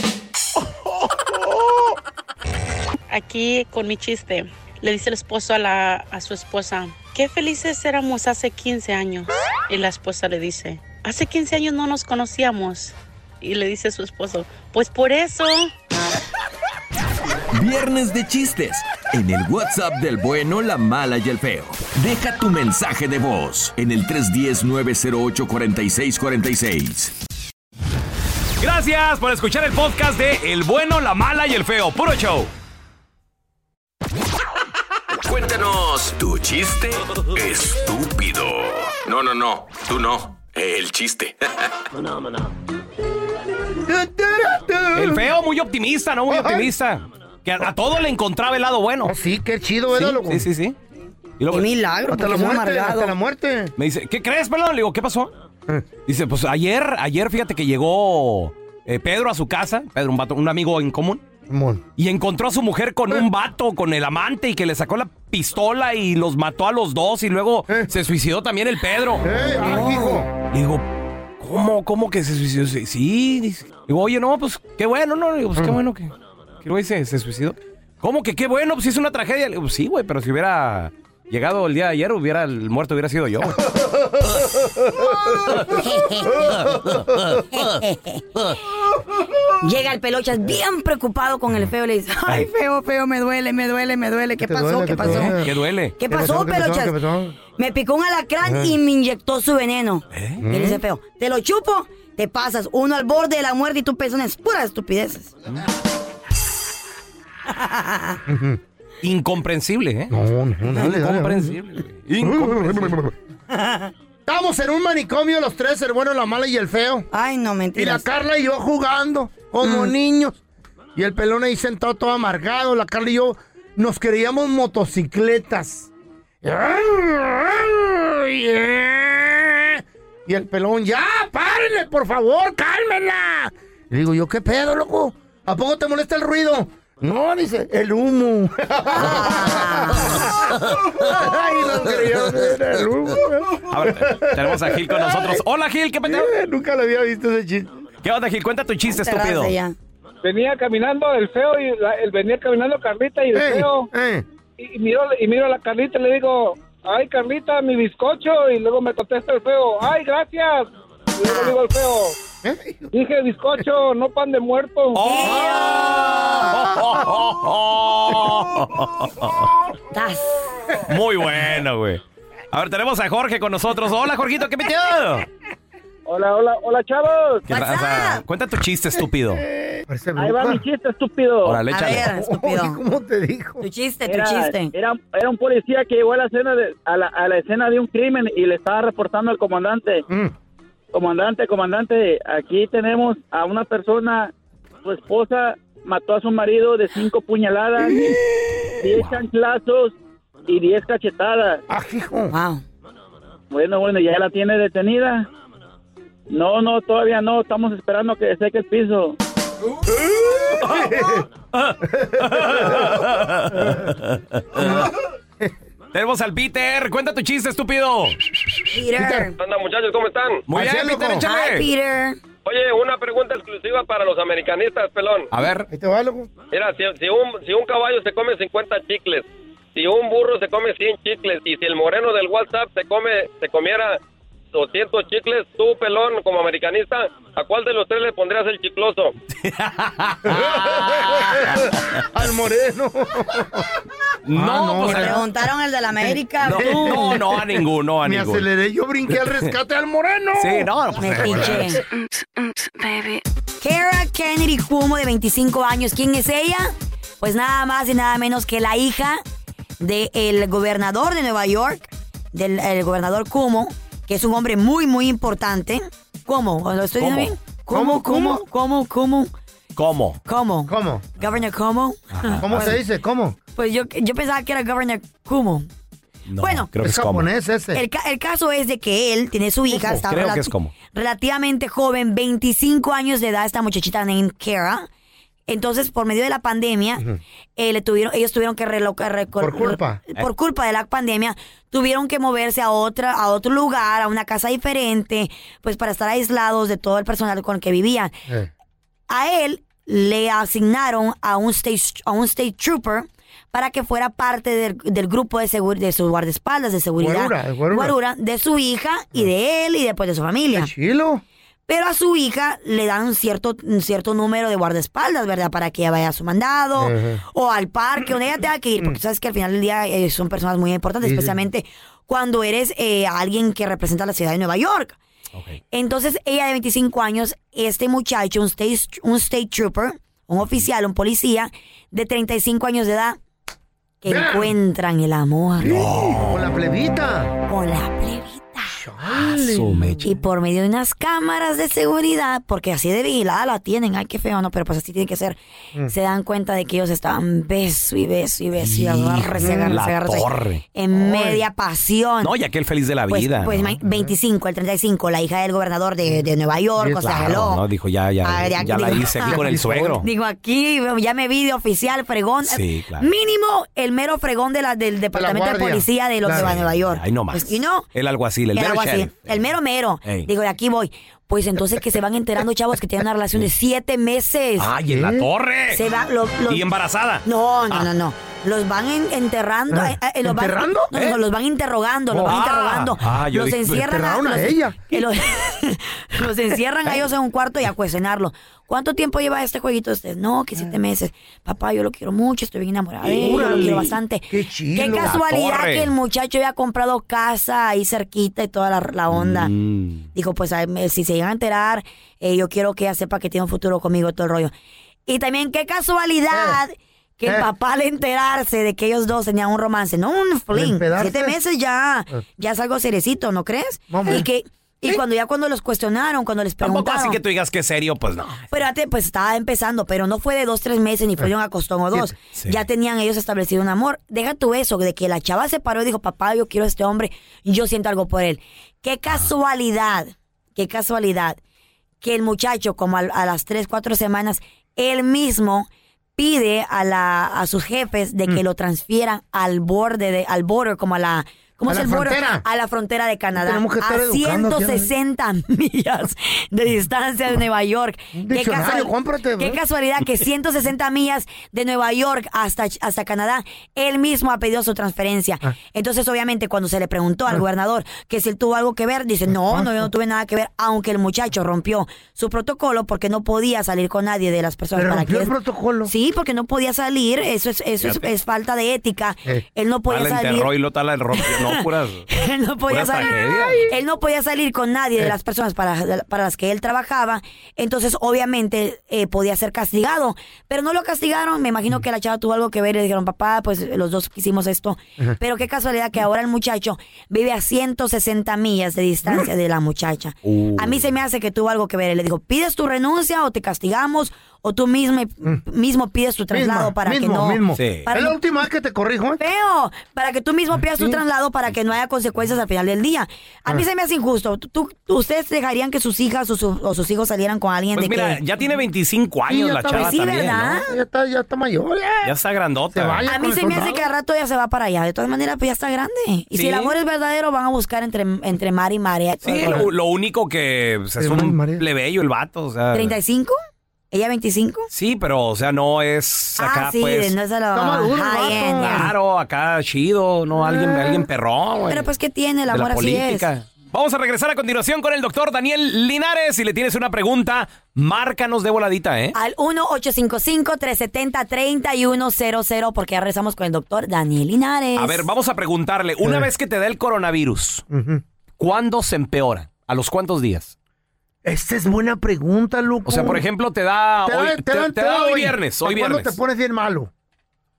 Speaker 16: Aquí con mi chiste, le dice el esposo a, la, a su esposa, qué felices éramos hace 15 años. Y la esposa le dice, hace 15 años no nos conocíamos. Y le dice su esposo, pues por eso.
Speaker 10: Viernes de chistes en el WhatsApp del bueno, la mala y el feo. Deja tu mensaje de voz en el 310-908-4646.
Speaker 1: Gracias por escuchar el podcast de El bueno, la mala y el feo. Puro show.
Speaker 10: Cuéntanos tu chiste estúpido. No, no, no, tú no. El chiste.
Speaker 1: El feo muy optimista, ¿no? Muy optimista. Que a, a todo le encontraba el lado bueno.
Speaker 3: sí, qué chido, ¿verdad,
Speaker 1: sí,
Speaker 3: loco?
Speaker 1: Sí, sí, sí. Y luego-
Speaker 3: Qué milagro, Hasta porque la es un muerte, amargado. hasta la muerte. Eh.
Speaker 1: Me dice, ¿qué crees, pelón? Le digo, ¿qué pasó? Dice, pues ayer, ayer fíjate que llegó eh, Pedro a su casa, Pedro, un, vato- un amigo en común, y encontró a su mujer con un vato, con el amante, y que le sacó la pistola y los mató a los dos, y luego se suicidó también el Pedro. Y- y digo, ¿cómo, cómo que se suicidó? Sí, Sí, dice. Digo, oye, no, pues qué bueno, no, digo, pues qué bueno que, que el güey se, se suicidó. ¿Cómo que qué bueno? Pues sí es una tragedia. Le digo, sí, güey, pero si hubiera llegado el día de ayer, hubiera, el muerto hubiera sido yo, güey.
Speaker 4: Llega el pelochas bien preocupado con el feo le dice, ay feo, feo, me duele, me duele, me duele, ¿qué pasó? ¿Qué pasó?
Speaker 1: ¿Qué duele?
Speaker 4: ¿Qué pasó, pelochas? Me picó un alacrán
Speaker 1: Ajá.
Speaker 4: y me inyectó su veneno. Y le dice
Speaker 1: Mm.
Speaker 4: feo, te lo chupo, te pasas uno al borde de la muerte y tú personas puras estupideces.
Speaker 1: Incomprensible, ¿eh? No, no,
Speaker 3: dale, dale.
Speaker 1: Incomprensible. güey. Incomprensible.
Speaker 3: Estábamos en un manicomio los tres, el bueno, la mala y el feo.
Speaker 4: Ay, no, Mm. mentira.
Speaker 3: Y la Carla y yo jugando como niños. Y el pelón ahí sentado todo amargado. La Carla y yo nos creíamos motocicletas. Y el pelón, ya, párenle, por favor, cálmenla. Le digo, ¿yo qué pedo, loco? ¿A poco te molesta el ruido? No, dice, el humo. Ay, nos creíamos, era el humo.
Speaker 1: A ver, tenemos a Gil con nosotros. Hola, Gil, ¿qué pendejo?
Speaker 3: Nunca lo había visto ese chiste.
Speaker 1: ¿Qué onda, Gil? Cuenta tu chiste, estúpido.
Speaker 7: Venía caminando el feo y la- el, venía caminando Carlita
Speaker 3: Eh.
Speaker 7: y el
Speaker 1: Ey,
Speaker 7: feo. Y, y miro, y miro a la Carlita y le digo, ay Carlita, mi bizcocho. Y luego me contesta el feo, ay, gracias. Y luego digo el feo, dije bizcocho, no pan de muerto.
Speaker 4: Oh.
Speaker 1: Muy bueno, güey. A ver, tenemos a Jorge con nosotros. Hola, Jorgito, ¿qué metido?
Speaker 7: Hola, hola, hola, chavos.
Speaker 1: ¿Qué pasa? Cuenta tu chiste, estúpido.
Speaker 7: Ahí va mi chiste, estúpido.
Speaker 1: Órale, A échale. ver,
Speaker 4: estúpido.
Speaker 3: ¿Cómo te dijo?
Speaker 4: Tu chiste, tu
Speaker 7: Era-
Speaker 4: chiste.
Speaker 7: Era, era un policía que llegó a la, escena de, a, la, a la escena de un crimen y le estaba reportando al comandante.
Speaker 3: Mm.
Speaker 7: Comandante, comandante, aquí tenemos a una persona, su esposa mató a su marido de cinco puñaladas, diez chanclazos y diez cachetadas.
Speaker 3: Ah,
Speaker 7: Bueno, bueno, ya la tiene detenida. No, no, todavía no, estamos esperando que seque el piso.
Speaker 1: Tenemos al Peter. Cuenta tu chiste, estúpido.
Speaker 4: Peter.
Speaker 17: ¿Qué onda, muchachos? ¿Cómo están?
Speaker 1: Muy bien, Peter, échale.
Speaker 17: Oye, una pregunta exclusiva para los americanistas, pelón.
Speaker 1: A ver.
Speaker 3: Ahí te va, loco.
Speaker 17: Mira, si, si un, si un caballo se come 50 chicles, si un burro se come 100 chicles y si el moreno del WhatsApp se come se comiera 200 chicles, tú, pelón, como americanista, ¿a cuál de los tres le pondrías el chicloso?
Speaker 3: Al moreno.
Speaker 1: No,
Speaker 3: Ah,
Speaker 1: pues,
Speaker 4: Le
Speaker 1: a-
Speaker 4: preguntaron el de la América.
Speaker 1: No, no, no, a ninguno, a
Speaker 3: Me
Speaker 1: ninguno.
Speaker 3: aceleré, yo brinqué al rescate al moreno.
Speaker 1: Sí, no, pues,
Speaker 3: Me
Speaker 1: eh,
Speaker 3: piché.
Speaker 1: bueno.
Speaker 4: Kara Kennedy Cuomo, de 25 años. ¿Quién es ella? Pues nada más y nada menos que la hija del gobernador de Nueva York, del el gobernador Cuomo, que es un hombre muy, muy importante. ¿Cómo? ¿Lo estoy diciendo
Speaker 1: ¿Cómo?
Speaker 4: bien? ¿Cómo, cómo, cómo, cómo?
Speaker 1: ¿Cómo?
Speaker 4: ¿Cómo?
Speaker 3: ¿Cómo?
Speaker 4: Governor Cuomo.
Speaker 3: ¿Cómo
Speaker 4: Bueno,
Speaker 3: se dice? ¿Cómo?
Speaker 4: Pues yo, yo pensaba que era Governor Cuomo. bueno,
Speaker 3: es, japonés ese.
Speaker 4: El, ca- el caso es de que él tiene su hija,
Speaker 3: Ojo,
Speaker 4: está
Speaker 3: creo
Speaker 4: relati-
Speaker 3: que es como.
Speaker 4: relativamente joven, 25 años de edad, esta muchachita named Kara. Entonces, por medio de la pandemia, eh, le tuvieron, ellos tuvieron que relocar
Speaker 3: Por culpa.
Speaker 4: por culpa de la pandemia, tuvieron que moverse a otra, a otro lugar, a una casa diferente, pues para estar aislados de todo el personal con el que vivían a él le asignaron a un state, a un state trooper para que fuera parte del, del grupo de, segur- de su guardaespaldas, de seguridad.
Speaker 3: Guarura, guarura.
Speaker 4: Guarura, de su hija y de él y después de su familia. Pero a su hija le dan un cierto, un cierto número de guardaespaldas, ¿verdad? Para que ella vaya a su mandado
Speaker 13: Ajá.
Speaker 4: o al parque, donde ella tenga que ir, porque sabes que al final del día eh, son personas muy importantes,
Speaker 13: Sí, sí.
Speaker 4: especialmente cuando eres eh, alguien que representa a la ciudad de Nueva York. Entonces ella de 25 años, este muchacho, un state, un state trooper, un oficial, un policía de 35 años de edad, que
Speaker 3: Vean.
Speaker 4: encuentran el amor.
Speaker 3: Con la plebita.
Speaker 4: Con la Y por medio de unas cámaras de seguridad, porque así de vigilada la tienen, ay, qué feo, no, pero pues así tiene que ser.
Speaker 8: Mm.
Speaker 4: Se dan cuenta de que ellos estaban beso y beso y beso y agárrese,
Speaker 1: Híjole, la
Speaker 4: agárrese, agárrese.
Speaker 1: torre.
Speaker 4: En media pasión.
Speaker 1: No, y aquel feliz de la
Speaker 4: Pues-
Speaker 1: vida.
Speaker 4: Pues,
Speaker 1: ¿no?
Speaker 4: ima- 25, el 35, la hija del gobernador de, de Nueva York, o sea,
Speaker 1: Claro,
Speaker 4: hello.
Speaker 1: no, dijo, ya, ya,
Speaker 4: Ah,
Speaker 1: ya la
Speaker 4: digo-
Speaker 1: hice aquí con el suegro.
Speaker 4: Digo, aquí ya me vi de oficial, fregón.
Speaker 1: Sí, claro.
Speaker 4: Mínimo el mero fregón de la, del departamento de,
Speaker 1: guardia.
Speaker 4: policía de los
Speaker 1: Claro.
Speaker 4: de Nueva York.
Speaker 1: Ahí nomás.
Speaker 4: Pues, y no,
Speaker 1: El alguacil, el,
Speaker 4: el
Speaker 1: mero
Speaker 4: algo así,
Speaker 1: sheriff.
Speaker 4: el mero mero.
Speaker 1: Ey.
Speaker 4: Digo, y aquí voy. Pues entonces que se van enterando, chavos, que tienen una relación de siete meses.
Speaker 1: ¡Ay, en la torre!
Speaker 4: Se va, lo- lo-
Speaker 1: Y embarazada.
Speaker 4: No, no, no, no. Los van en- enterrando.
Speaker 1: Ah.
Speaker 4: eh, eh, los van-
Speaker 1: ¿Enterrando?
Speaker 4: no, no,
Speaker 1: ¿Eh?
Speaker 4: los van interrogando, los van
Speaker 1: Ah.
Speaker 4: interrogando.
Speaker 1: Ah, yo
Speaker 4: los
Speaker 1: dije,
Speaker 4: encierran
Speaker 1: enterraron a
Speaker 4: los,
Speaker 1: ella.
Speaker 4: que los, los encierran a ellos en un cuarto y a cuestionarlo. ¿Cuánto tiempo lleva este jueguito usted? No, que
Speaker 1: Ah.
Speaker 4: siete meses. Papá, yo lo quiero mucho, estoy bien enamorada de él, yo lo
Speaker 8: Órale.
Speaker 4: quiero bastante.
Speaker 3: Qué chido.
Speaker 4: Qué casualidad que el muchacho había comprado casa ahí cerquita y toda la, la onda.
Speaker 1: Mm.
Speaker 3: Mm.
Speaker 4: Dijo, pues a- me- si se llegan a enterar, eh, yo quiero que ella sepa que tiene un futuro conmigo, todo el rollo. Y también qué casualidad que el
Speaker 8: eh.
Speaker 4: papá al enterarse de que ellos dos tenían un romance, no un fling,
Speaker 8: empedarse?
Speaker 4: siete meses ya,
Speaker 8: Eh.
Speaker 4: ya es algo seriecito, ¿no crees?
Speaker 1: Hombre.
Speaker 4: Y que y cuando ya cuando los cuestionaron, cuando les
Speaker 1: Tampoco
Speaker 4: preguntaron,
Speaker 1: así que tú digas que es serio, pues no.
Speaker 4: pero antes, pues estaba empezando, pero no fue de dos, tres meses, ni fue de un acostón
Speaker 8: Ah,
Speaker 4: o dos.
Speaker 1: Sí.
Speaker 4: Ya tenían ellos establecido un amor. Deja tú eso, de que la chava se paró y dijo, papá, yo quiero a este hombre, yo siento algo por él. Qué casualidad, qué casualidad, que el muchacho, como al- a, las tres, cuatro semanas, él mismo pide a, la, a sus jefes de
Speaker 8: Mm.
Speaker 4: que lo transfieran al borde, de, al border, como a la... ¿Cómo
Speaker 8: A
Speaker 4: es
Speaker 8: la
Speaker 4: el border?
Speaker 8: frontera.
Speaker 4: A la frontera de Canadá.
Speaker 8: Tenemos que estar
Speaker 4: a
Speaker 8: educando aquí a la-
Speaker 4: 160 millas de distancia de Nueva York. Qué,
Speaker 3: diccionario,
Speaker 4: casual-
Speaker 3: cómprate,
Speaker 4: qué
Speaker 3: ¿no?
Speaker 4: casualidad que 160 millas de Nueva York hasta, hasta Canadá, él mismo ha pedido su transferencia.
Speaker 3: Ah.
Speaker 4: Entonces, obviamente, cuando se le preguntó al gobernador que si él tuvo algo que ver, dice, no, no, yo no tuve nada que ver, aunque el muchacho rompió su protocolo porque no podía salir con nadie de las personas.
Speaker 3: Pero
Speaker 4: para
Speaker 3: rompió
Speaker 4: que-
Speaker 3: el protocolo.
Speaker 4: Sí, porque no podía salir, eso es, eso es,
Speaker 1: Fíjate.
Speaker 4: es falta de ética.
Speaker 1: Eh,
Speaker 4: Él no podía
Speaker 1: Tal la
Speaker 4: salir
Speaker 1: enterró y lo tal la rompió. No, puras.
Speaker 4: él no podía
Speaker 1: Puras
Speaker 4: salir.
Speaker 1: tragedias.
Speaker 4: Él no podía salir con nadie de las personas para, para las que él trabajaba. Entonces, obviamente, eh, podía ser castigado. Pero no lo castigaron. Me imagino que la chava tuvo algo que ver y le dijeron, papá, pues los dos hicimos esto.
Speaker 18: Mm.
Speaker 8: Ajá.
Speaker 4: Pero qué casualidad que ahora el muchacho vive a 160 millas de distancia de la muchacha.
Speaker 3: Uh.
Speaker 4: A mí se me hace que tuvo algo que ver. Él Le dijo, pides tu renuncia o te castigamos o tú mismo, mismo pides tu traslado
Speaker 3: Mm. Misma,
Speaker 4: para que
Speaker 3: mismo,
Speaker 4: no...
Speaker 3: mismo.
Speaker 4: para
Speaker 3: Es la
Speaker 4: no-
Speaker 3: última vez que te corrijo, ¿eh?
Speaker 4: Feo, para que tú mismo pidas tu
Speaker 3: Sí.
Speaker 4: traslado para que no haya consecuencias al final del día. A mí
Speaker 1: Ah.
Speaker 4: se me hace injusto. ¿Tú- tú- ¿Ustedes dejarían que sus hijas o, su- o sus hijos salieran con alguien
Speaker 1: Pues
Speaker 4: de
Speaker 1: mira,
Speaker 4: que...
Speaker 1: ya tiene 25 años
Speaker 4: ya
Speaker 1: la
Speaker 4: está-
Speaker 1: chava
Speaker 4: Pues sí,
Speaker 1: también, ¿no?
Speaker 4: ¿verdad?
Speaker 1: Ah.
Speaker 3: Ya está, ya está mayor.
Speaker 1: Ya está grandota.
Speaker 4: a mí se me hace que al rato ya se va para allá. De todas maneras, pues ya está grande. Y si
Speaker 1: Sí.
Speaker 4: el amor es verdadero, van a buscar entre, entre mar ¿eh? y marea.
Speaker 1: Sí, lo, lo único que pues, es un plebeyo el vato, o sea.
Speaker 4: ¿35? ¿Ella 25?
Speaker 1: Sí, pero, o sea, no es acá,
Speaker 4: ah, sí,
Speaker 1: pues.
Speaker 4: no es de Ah. lo
Speaker 1: Está maduro el
Speaker 4: high end, ya.
Speaker 1: Claro, acá chido, ¿no? Alguien, alguien perrón, güey.
Speaker 4: Pero pues, ¿qué tiene? El
Speaker 1: de la
Speaker 4: amor así es.
Speaker 1: política. Vamos a regresar a continuación con el doctor Daniel Linares. Si le tienes una pregunta, márcanos de voladita, ¿eh?
Speaker 4: Al 1-855-370-3100, porque ya rezamos con el doctor Daniel Linares.
Speaker 1: A ver, vamos a preguntarle. Una vez que te da el coronavirus, ¿cuándo se empeora? ¿A los cuántos días?
Speaker 3: Esta es buena pregunta, loco.
Speaker 1: O sea, por ejemplo, te da
Speaker 3: Te da-
Speaker 1: hoy,
Speaker 3: te
Speaker 1: te-
Speaker 3: dan-
Speaker 1: te
Speaker 3: te
Speaker 1: da
Speaker 3: da
Speaker 1: hoy
Speaker 3: hoy.
Speaker 1: viernes, hoy
Speaker 3: ¿Para cuándo
Speaker 1: viernes.
Speaker 3: te pones bien malo?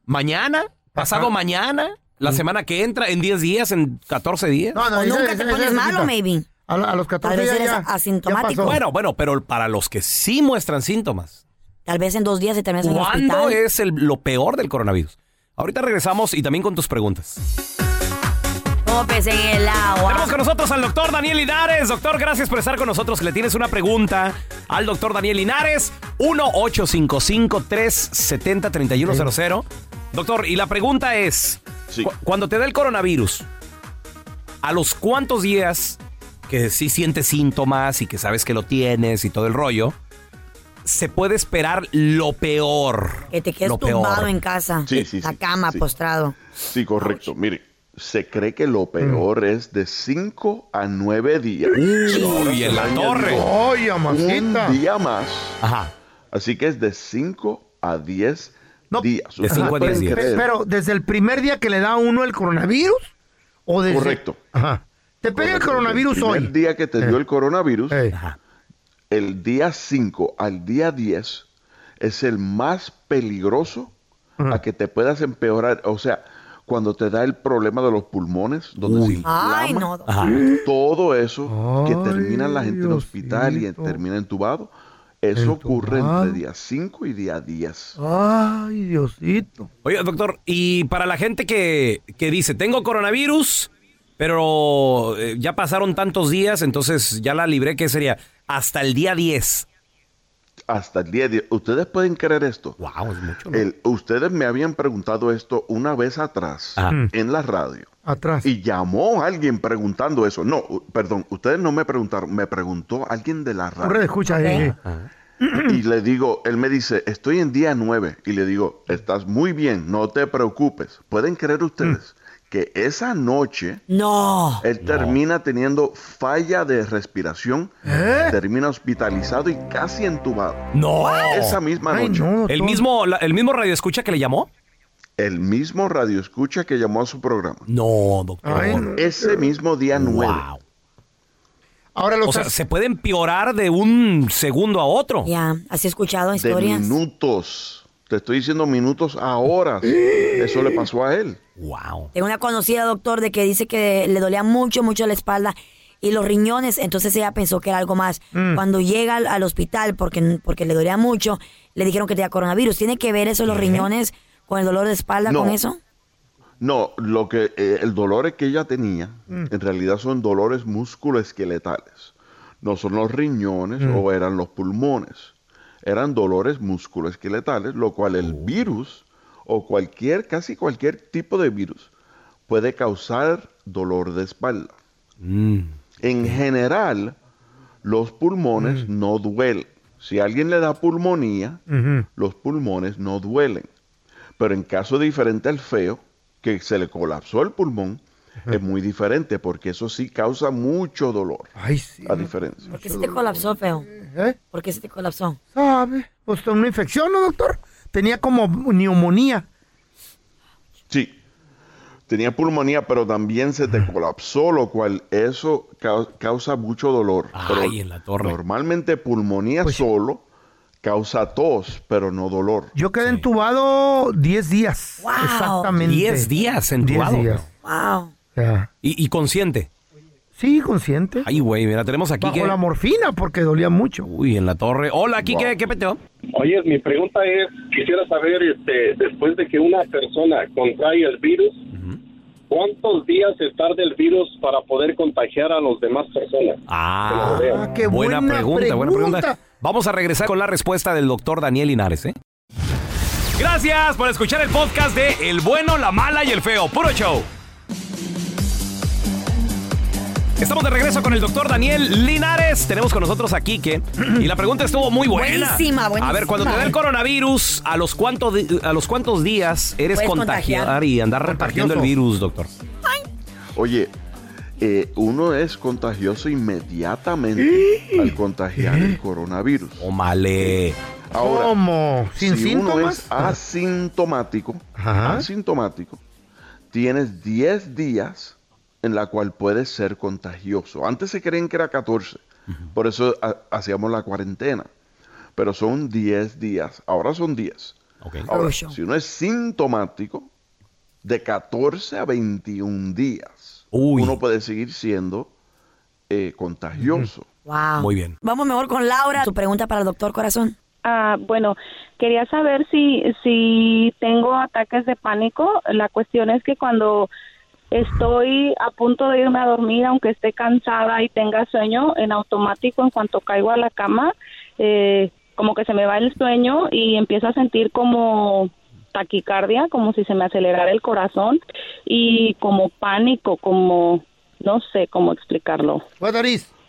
Speaker 1: Mañana, pasado mañana, la semana que entra, en 10 días, en 14 días.
Speaker 3: No, no,
Speaker 4: O
Speaker 3: dice-
Speaker 4: nunca te
Speaker 3: dice-
Speaker 4: pones
Speaker 3: dice-
Speaker 4: malo,
Speaker 3: dice-
Speaker 4: maybe.
Speaker 3: A, la- a los 14
Speaker 4: Tal vez
Speaker 3: ya-
Speaker 4: eres
Speaker 3: ya-
Speaker 4: asintomático.
Speaker 3: ya pasó.
Speaker 1: Bueno, bueno, pero para los que sí muestran síntomas,
Speaker 4: Tal vez en dos días se terminas en el
Speaker 1: ¿cuándo
Speaker 4: hospital.
Speaker 1: es el- lo peor del coronavirus? Ahorita regresamos y también con tus preguntas.
Speaker 4: Topes pues, en el agua.
Speaker 1: Tenemos con nosotros al doctor Daniel Linares. Doctor, gracias por estar con nosotros. Le tienes una pregunta al doctor Daniel Linares. 1-855-370-3100. Doctor, y la pregunta es, cu- cuando te da el coronavirus, ¿a los cuántos días que sí sientes síntomas y que sabes que lo tienes y todo el rollo, se puede esperar lo peor?
Speaker 4: Que te quedes
Speaker 1: Lo peor.
Speaker 4: tumbado en casa.
Speaker 19: Sí, sí,
Speaker 4: la
Speaker 19: sí,
Speaker 4: cama,
Speaker 19: sí.
Speaker 4: postrado.
Speaker 19: Sí, correcto. Mire, se cree que
Speaker 3: Mm.
Speaker 19: lo peor es de 5 a 9 días.
Speaker 3: Uy,
Speaker 19: Y
Speaker 3: en la torre. Ay, amacita.
Speaker 19: Un día más.
Speaker 1: Ajá.
Speaker 19: Así que es de 5 a 10 días.
Speaker 3: Ajá.
Speaker 19: Ustedes pueden
Speaker 3: Pe-
Speaker 19: creer.
Speaker 3: Pero desde el primer día que le da a uno el coronavirus o desde
Speaker 19: Correcto.
Speaker 3: Ajá. Te pega el coronavirus
Speaker 19: primer
Speaker 3: hoy. Eh.
Speaker 19: día que te dio el coronavirus,
Speaker 3: Ajá.
Speaker 19: el día 5 al día 10 es el más peligroso a que te puedas empeorar. O sea, cuando te da el problema de los pulmones, donde se
Speaker 18: Ah.
Speaker 19: inflama,
Speaker 4: Ay, no.
Speaker 19: Ajá. todo eso que termina la gente en hospital y en- termina entubado, eso ocurre entre día 5 y día 10.
Speaker 3: Ay, Diosito.
Speaker 1: Oye, doctor, y para la gente que, que dice, tengo coronavirus, pero eh, ya pasaron tantos días, entonces ya la libré, ¿qué sería? Hasta el día 10.
Speaker 19: Hasta el día 10. ¿Ustedes pueden creer esto?
Speaker 1: Wow, es mucho.
Speaker 19: ustedes me habían preguntado esto una vez atrás
Speaker 1: Ah.
Speaker 19: en la radio.
Speaker 3: Hmm. Atrás.
Speaker 19: Y llamó alguien preguntando eso. No, u- perdón, ustedes no me preguntaron, me preguntó alguien de la radio.
Speaker 3: Corre, escucha, eh.
Speaker 1: Ah.
Speaker 19: Y le digo, él me dice, estoy en día 9. Y le digo, estás muy bien, no te preocupes. ¿Pueden creer ustedes
Speaker 1: Hmm.
Speaker 19: que esa noche
Speaker 1: Oh,
Speaker 4: no.
Speaker 19: él termina teniendo falla de respiración, termina hospitalizado y casi entubado?
Speaker 1: No.
Speaker 19: Esa misma noche.
Speaker 1: el mismo, la- el mismo radio escucha que le llamó.
Speaker 19: El mismo radio escucha que llamó a su programa.
Speaker 1: No, doctor.
Speaker 19: Ese mismo día 9.
Speaker 3: Ahora
Speaker 1: o sea, se puede empeorar de un segundo a otro.
Speaker 4: Ya, así he escuchado
Speaker 19: De
Speaker 4: historias.
Speaker 19: minutos. Te estoy diciendo minutos a horas. Eso le pasó a él.
Speaker 1: Wow.
Speaker 4: Tengo una conocida, doctor, de que dice que le dolía mucho, mucho la espalda y los riñones, entonces ella pensó que era algo más.
Speaker 20: Mm.
Speaker 4: Cuando llega al, al hospital, porque, porque le dolía mucho, le dijeron que tenía coronavirus. ¿Tiene que ver eso los riñones con el dolor de espalda,
Speaker 19: No.
Speaker 4: con eso?
Speaker 19: No, lo que eh, el dolor que ella tenía, en realidad son dolores musculoesqueletales. No son los riñones o eran los pulmones. Eran dolores musculoesqueletales, lo cual el virus o cualquier, casi cualquier tipo de virus puede causar dolor de espalda. En general, los pulmones no duelen. Si a alguien le da pulmonía, los pulmones no duelen. Pero en caso diferente al feo, que se le colapsó el pulmón, es muy diferente porque eso sí causa mucho dolor. A diferencia.
Speaker 4: ¿Por qué se te colapsó, feo? ¿Por qué se te colapsó?
Speaker 3: ¿Eh? ¿Sabe? Pues una infección, ¿no, doctor? Tenía como neumonía.
Speaker 19: Sí. Tenía pulmonía, pero también se te colapsó, lo cual eso ca- causa mucho dolor. Pero
Speaker 1: en la torre.
Speaker 19: Normalmente pulmonía
Speaker 3: Pues
Speaker 19: solo causa tos, pero no dolor.
Speaker 3: Yo quedé entubado 10 días. Exactamente.
Speaker 1: 10 días
Speaker 3: 10
Speaker 1: entubado.
Speaker 3: días.
Speaker 4: Wow.
Speaker 1: Y, y consciente.
Speaker 3: Sí, consciente.
Speaker 1: Ay, güey, mira, tenemos aquí
Speaker 3: Bajo
Speaker 1: que.
Speaker 3: la morfina porque dolía mucho.
Speaker 1: Uy, en la torre. Hola, Kike,
Speaker 3: Wow.
Speaker 1: Eh, ¿qué peteo?
Speaker 21: Oye, mi pregunta es, quisiera saber, este, después de que una persona contrae el virus, ¿cuántos días se tarda el virus para poder contagiar a las demás personas?
Speaker 1: Ah,
Speaker 21: Ah, qué buena
Speaker 1: buena pregunta.
Speaker 21: pregunta.
Speaker 1: Vamos a regresar con la respuesta del doctor Daniel Linares, ¿eh? Gracias por escuchar el podcast de El bueno, la mala y el feo. Puro show. Estamos de regreso con el doctor Daniel Linares. Tenemos con nosotros a Quique. Y la pregunta estuvo muy buena.
Speaker 4: Buenísima, buenísima.
Speaker 1: A ver, cuando te da el coronavirus, ¿a los, cuánto di- a los cuántos días eres
Speaker 4: Puedes
Speaker 1: contagiar,
Speaker 4: contagiar.
Speaker 1: y andar repartiendo el virus, doctor?
Speaker 19: Oye, eh, uno es contagioso inmediatamente
Speaker 1: ¿Eh?
Speaker 19: al contagiar el coronavirus.
Speaker 1: ¡Ómale!
Speaker 19: Ahora,
Speaker 3: ¿Cómo? ¿Sin
Speaker 19: Pues si uno
Speaker 3: síntomas? Pues,
Speaker 19: es asintomático,
Speaker 3: Ajá.
Speaker 19: asintomático, tienes 10 días en la cual puedes ser contagioso. Antes se creen que era 14, por eso ha- hacíamos la cuarentena. Pero son 10 días, ahora son 10. Ahora,
Speaker 4: Ocho.
Speaker 19: si uno es sintomático, de 14 a 21 días, uno puede seguir siendo eh, contagioso.
Speaker 4: Wow.
Speaker 19: Muy bien.
Speaker 4: Vamos mejor con Laura. Tu pregunta para el doctor Corazón.
Speaker 20: Ah, bueno, quería saber si, si tengo ataques de pánico. La cuestión es que cuando estoy a punto de irme a dormir, aunque esté cansada y tenga sueño, en automático, en cuanto caigo a la cama, eh, como que se me va el sueño y empiezo a sentir como taquicardia, como si se me acelerara el corazón y como pánico, como no sé cómo explicarlo.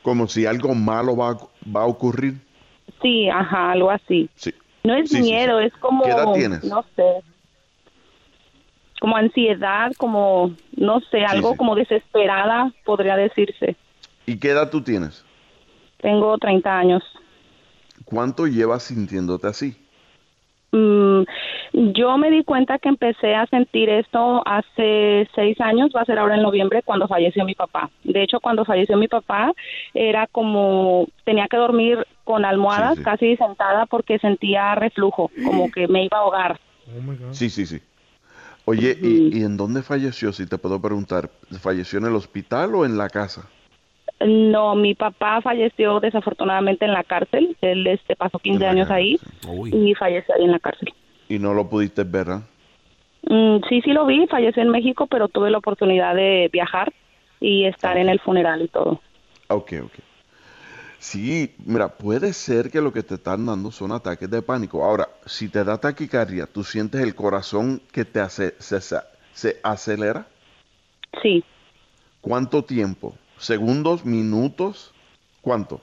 Speaker 19: Como si algo malo va, a- va a ocurrir.
Speaker 20: Sí, ajá, algo así.
Speaker 19: Sí.
Speaker 20: No es
Speaker 19: Sí, sí,
Speaker 20: miedo,
Speaker 19: sí.
Speaker 20: es como...
Speaker 19: ¿Qué edad tienes?
Speaker 20: No sé. Como ansiedad, como, no sé, algo
Speaker 19: sí.
Speaker 20: como desesperada, podría decirse.
Speaker 19: ¿Y qué edad tú tienes?
Speaker 20: Tengo 30 años.
Speaker 19: ¿Cuánto llevas sintiéndote así?
Speaker 20: mm, yo me di cuenta que empecé a sentir esto hace seis años, va a ser ahora en noviembre, cuando falleció mi papá. De hecho, cuando falleció mi papá, era como, tenía que dormir con almohadas casi sentada porque sentía reflujo, como que me iba a ahogar.
Speaker 19: Sí, sí, sí. Oye, ¿y, y en dónde falleció? Si te puedo preguntar, ¿falleció en el hospital o en la casa?
Speaker 20: No, mi papá falleció desafortunadamente en la cárcel. Él este, pasó 15 años ahí y falleció ahí en la cárcel.
Speaker 19: Y no lo pudiste ver, ¿ah?
Speaker 20: Mm, sí, sí lo vi, falleció en México, pero tuve la oportunidad de viajar y estar en el funeral y todo.
Speaker 19: Ok, ok. Sí, mira, puede ser que lo que te están dando son ataques de pánico. Ahora, si te da taquicardia, ¿tú sientes el corazón que te hace, se, sa- se acelera?
Speaker 20: Sí.
Speaker 19: ¿Cuánto tiempo? ¿Segundos? ¿Minutos? ¿Cuánto?